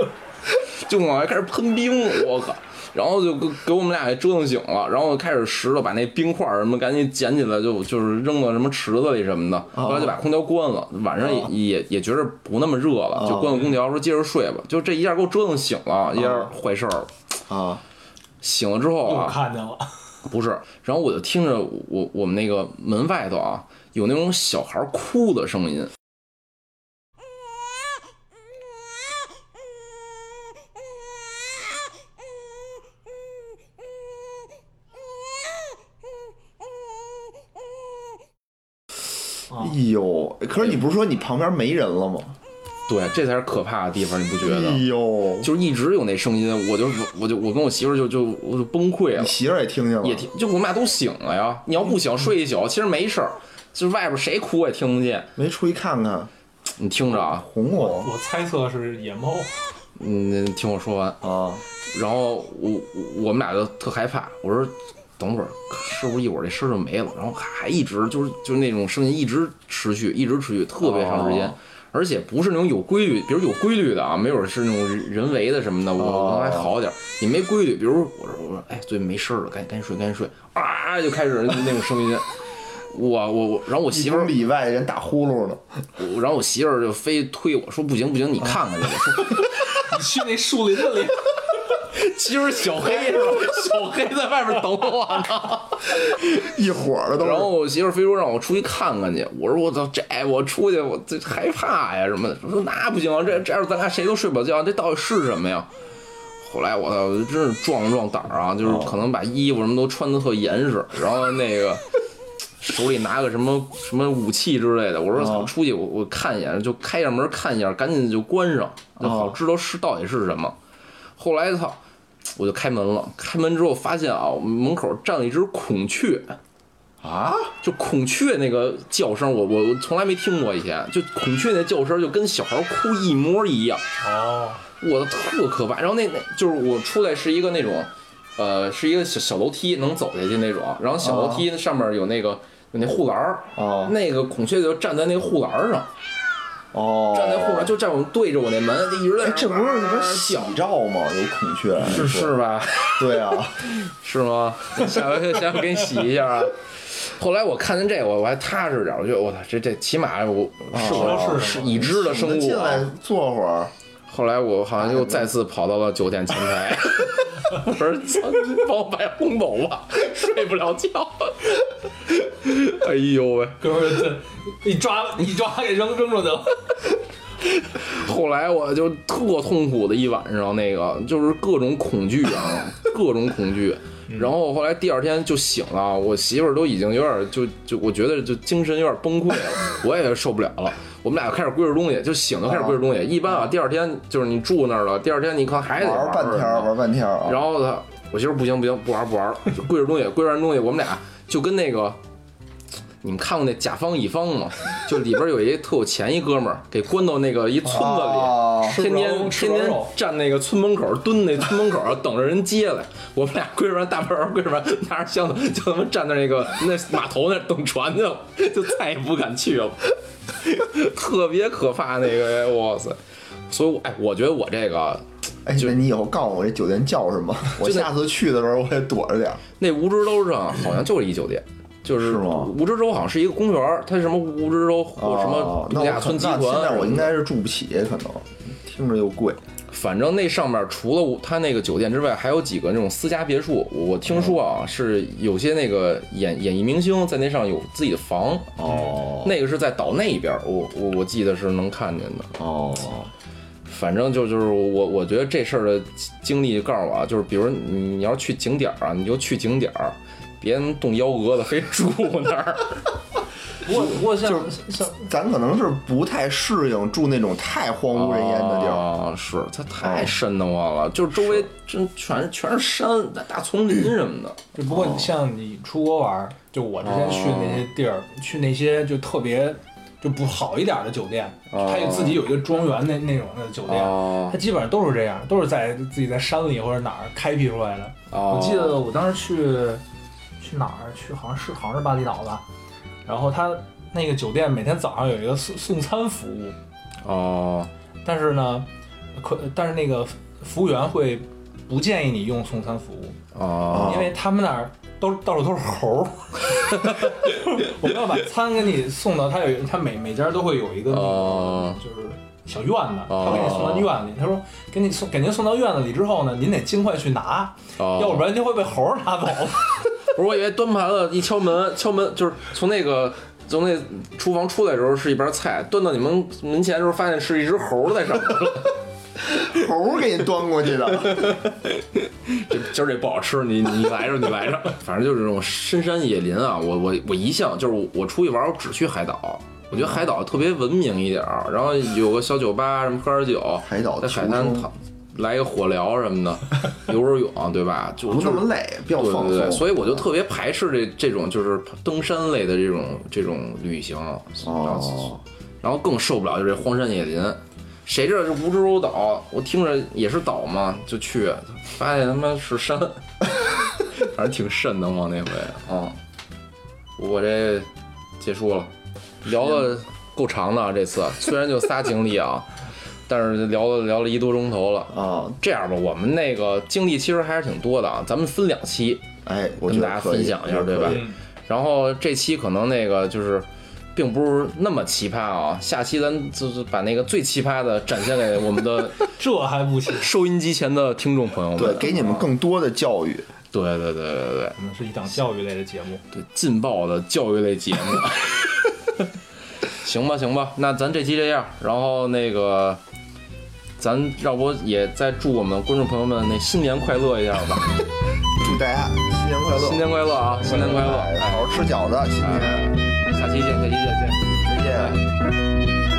A: 就往外开始喷冰，我靠！然后就给给我们俩给折腾醒了，然后开始拾掇，把那冰块儿什么赶紧捡起来，就就是扔到什么池子里什么的。后来就把空调关了，晚上也、也也觉着不那么热了，就关了空调，说接着睡吧。就这一下给我折腾醒了，一下坏事儿了。
B: 啊，
A: 醒了之后
C: 我
A: 啊，
C: 看见了，
A: 不是，然后我就听着我我们那个门外头啊，有那种小孩哭的声音，
C: 啊
B: 哎呦，可是你不是说你旁边没人了吗？
A: 对，这才是可怕的地方，你不觉
B: 哎
A: 得？
B: 呦，
A: 就是一直有那声音，我就我就我跟我媳妇儿就就我就崩溃了
B: 你，媳妇儿也听见了，
A: 也听就我们俩都醒了呀。你要不醒睡一宿，其实没事儿，就是外边谁哭也听不见。
B: 没出去看看，
A: 你听着啊，
B: 哄我
C: 我猜测是野猫，
A: 嗯，你听我说完。
B: 啊！
A: 然后我我我们俩就特害怕，我说等会儿是不是一会儿这声儿就没了？然后还一直就是就是那种声音一直持续，一直持续特别长时间。
B: 哦
A: 而且不是那种有规律，比如有规律的啊，没准是那种人人为的什么的，我
B: 哦
A: 我可能还好点儿。你没规律，比如我说我说哎，最近没事儿了，赶紧赶紧睡，赶紧睡啊，就开始那种声音。 我我我，然后我
B: 一
A: 媳妇儿
B: 公里以外人打呼噜呢，
A: 我，然后我媳妇儿就非推我说不行不行，你看看去吧。说
C: 你去那树林子里，
A: 今儿小黑是吧？小黑在外边等我呢。
B: 一伙儿的都是。
A: 然后我媳妇儿非说让我出去看看去，我说我操，这哎我出去我这害怕呀什么的。我说那不行啊，这这样咱俩谁都睡不了觉，这到底是什么呀？后来我操，我就真是
B: 哦
A: 壮了壮胆儿啊，就是可能把衣服什么都穿的特严实，然后那个手里拿个什么什么武器之类的。
B: 哦
A: 我说操，出去我我看一眼，就开下门看一眼，赶紧就关上，就
B: 哦
A: 好知道是到底是什么。后来操，我就开门了，开门之后发现啊，门口站了一只孔雀。
B: 啊，
A: 就孔雀那个叫声，我我我从来没听过以前，就孔雀那叫声就跟小孩哭一模一样，
C: 哦，
A: 我的特可怕。然后那那就是我出来是一个那种，呃，是一个小小楼梯能走下去那种，然后小楼梯上面有那个、有那护栏儿，
B: 哦
A: 那个孔雀就站在那个护栏儿上，
B: 哦，
A: 站在护栏就站我对着我那门，一直在
B: 哎，
A: 那
B: 这不是什么喜
A: 笑，
B: 兆吗？有孔雀，
A: 啊
B: 啊
A: 是是吧？
B: 对啊，
A: 是吗？下回下回给你洗一下啊。后来我看见这个，我还踏实点儿，我觉得我操，这这起码我是我
C: 哦
A: 是已知的生
B: 你
A: 物
B: 进
A: 啊
B: 来。坐会儿，
A: 后来我好像又再次跑到了酒店前台， 我说操帮我买红豆吧，睡不了觉。哎呦喂！
C: 哥们儿，这一抓一抓给扔扔出去了。
A: 后来我就特痛苦的一晚上，那个就是各种恐惧 啊，各种恐惧。然后后来第二天就醒了，我媳妇儿都已经有点就就我觉得就精神有点崩溃了， 我也受不了了。我们俩开始归置东西，就醒就开始归置东西。一般啊，第二天就是你住那儿了，第二天你可能还得
B: 玩
A: 玩
B: 半天儿，玩半天儿啊，
A: 然后他，我媳妇儿不行不行，不玩不 玩了，就跪着东西，跪着东西，我们俩就跟那个，你们看过那《甲方乙方》 吗？就里边有一特有钱一哥们儿，给关到那个一村子里，
B: 啊
A: 天
C: 吃不
A: 天
C: 着吃
A: 天
C: 不着
A: 天
C: 肉
A: 站那个村门口蹲那村门口等着人接来。我们俩跪着大白儿跪着拿着箱子，就他妈站在那个那码头那儿等船去了，就再也不敢去 了，特别可怕那个，哇塞！所以我，哎，我觉得我这个
B: 哎，那你以后告诉我这酒店叫什么，我
A: 那
B: 下次去的时候我也躲着点儿。
A: 那蜈支洲上好像就是一酒店，就是
B: 是吗
A: 蜈支洲好像是一个公园儿，它是什么蜈支洲或者什么
B: 哦那
A: 度
B: 我
A: 假
B: 可
A: 村集
B: 那
A: 团，
B: 现在我应该是住不起，可能听着又贵。
A: 反正那上面除了我它那个酒店之外，还有几个那种私家别墅。我我听说
B: 哦
A: 啊，是有些那个演演艺明星在那上有自己的房，
B: 哦
A: 那个是在岛那边儿，我我我记得是能看见的。
B: 哦，
A: 反正就就是我，我觉得这事儿的经历告诉我啊，就是比如你你要去景点儿啊，你就去景点儿，别动幺蛾子， 非住那儿。
C: 不过不过像像
B: 咱可能是不太适应住那种太荒无人烟的地儿。
A: 啊，是它太瘆得慌了，就是周围真全是全是山、大大丛林什么的。
C: 就不过
A: 哦
C: 你像你出国玩儿，就我之前去那些地儿，
A: 哦
C: 去那些就特别就不好一点儿的酒店，
A: 哦
C: 它有自己有一个庄园那那种的酒店，
A: 哦
C: 它基本上都是这样，都是在自己在山里或者哪儿开辟出来的。
A: 哦
C: 我记得我当时去去哪儿去，好像是好像是巴厘岛吧，然后它那个酒店每天早上有一个送送餐服务，
A: 哦
C: 但是呢，可但是那个服务员会不建议你用送餐服务。
A: 哦
C: 因为他们那儿都到处都是猴儿。 我们要把餐给你送到，他有他每每家都会有一个那个、
A: 哦
C: 就是小院子，
A: 哦
C: 他给你送到院里。他说给你送给您送到院子里之后呢，您得尽快去拿，
A: 哦，
C: 要不然就会被猴儿拿走。
A: 不是我以为端盘子一敲门，敲门就是从那个。从那厨房出来的时候是一盘菜，端到你们门前的时候，发现是一只猴在上面了。
B: 猴儿给你端过 去的，
A: 这今儿这不好吃，你你来着，你来着。反正就是这种深山野林啊，我我我一向就是我我出去玩，我只去海岛。我觉得海岛特别文明一点儿，然后有个小酒吧，什么喝点酒，
B: 海岛
A: 在海滩
B: 求生
A: 躺，来个火疗什么的，游游泳，对吧？就
B: 不
A: 就
B: 那
A: 是
B: 么累，比较
A: 对
B: 放
A: 对对，
B: 松。
A: 所以我就特别排斥这这种就是登山类的这种这种旅行，然后
B: 哦
A: 然后更受不了就是这荒山野林。谁知道这蜈支洲岛，我听着也是岛嘛，就去，发现他妈是山， 反正挺瘆得慌那回啊。我这结束了，聊的够长的啊，这次虽然就仨经历啊， 但是聊了聊了一多钟头了。
B: 啊，
A: 这样吧，我们那个经历其实还是挺多的啊，咱们分两期，
B: 哎，我
A: 跟
B: 觉
A: 大家
B: 得可以
A: 分享一下，对吧
B: 可以？
A: 然后这期可能那个就是，并不是那么奇葩啊。下期咱就是把那个最奇葩的展现给我们的
C: 这还不行，
A: 收音机前的听众朋友们。
B: 对，给你们更多的教育。
A: 对对对对对
C: 我们是一档教育类的节目。
A: 对，劲爆的教育类节目。行吧行吧，那咱这期这样，然后那个。咱要不也再祝我们观众朋友们那新年快乐一下吧，
B: 祝大家新年快乐，
A: 新年快乐啊，新年快乐，啊
B: 哎好好吃饺子，新年
A: 哎，下期见，下期见，见。
B: 再见。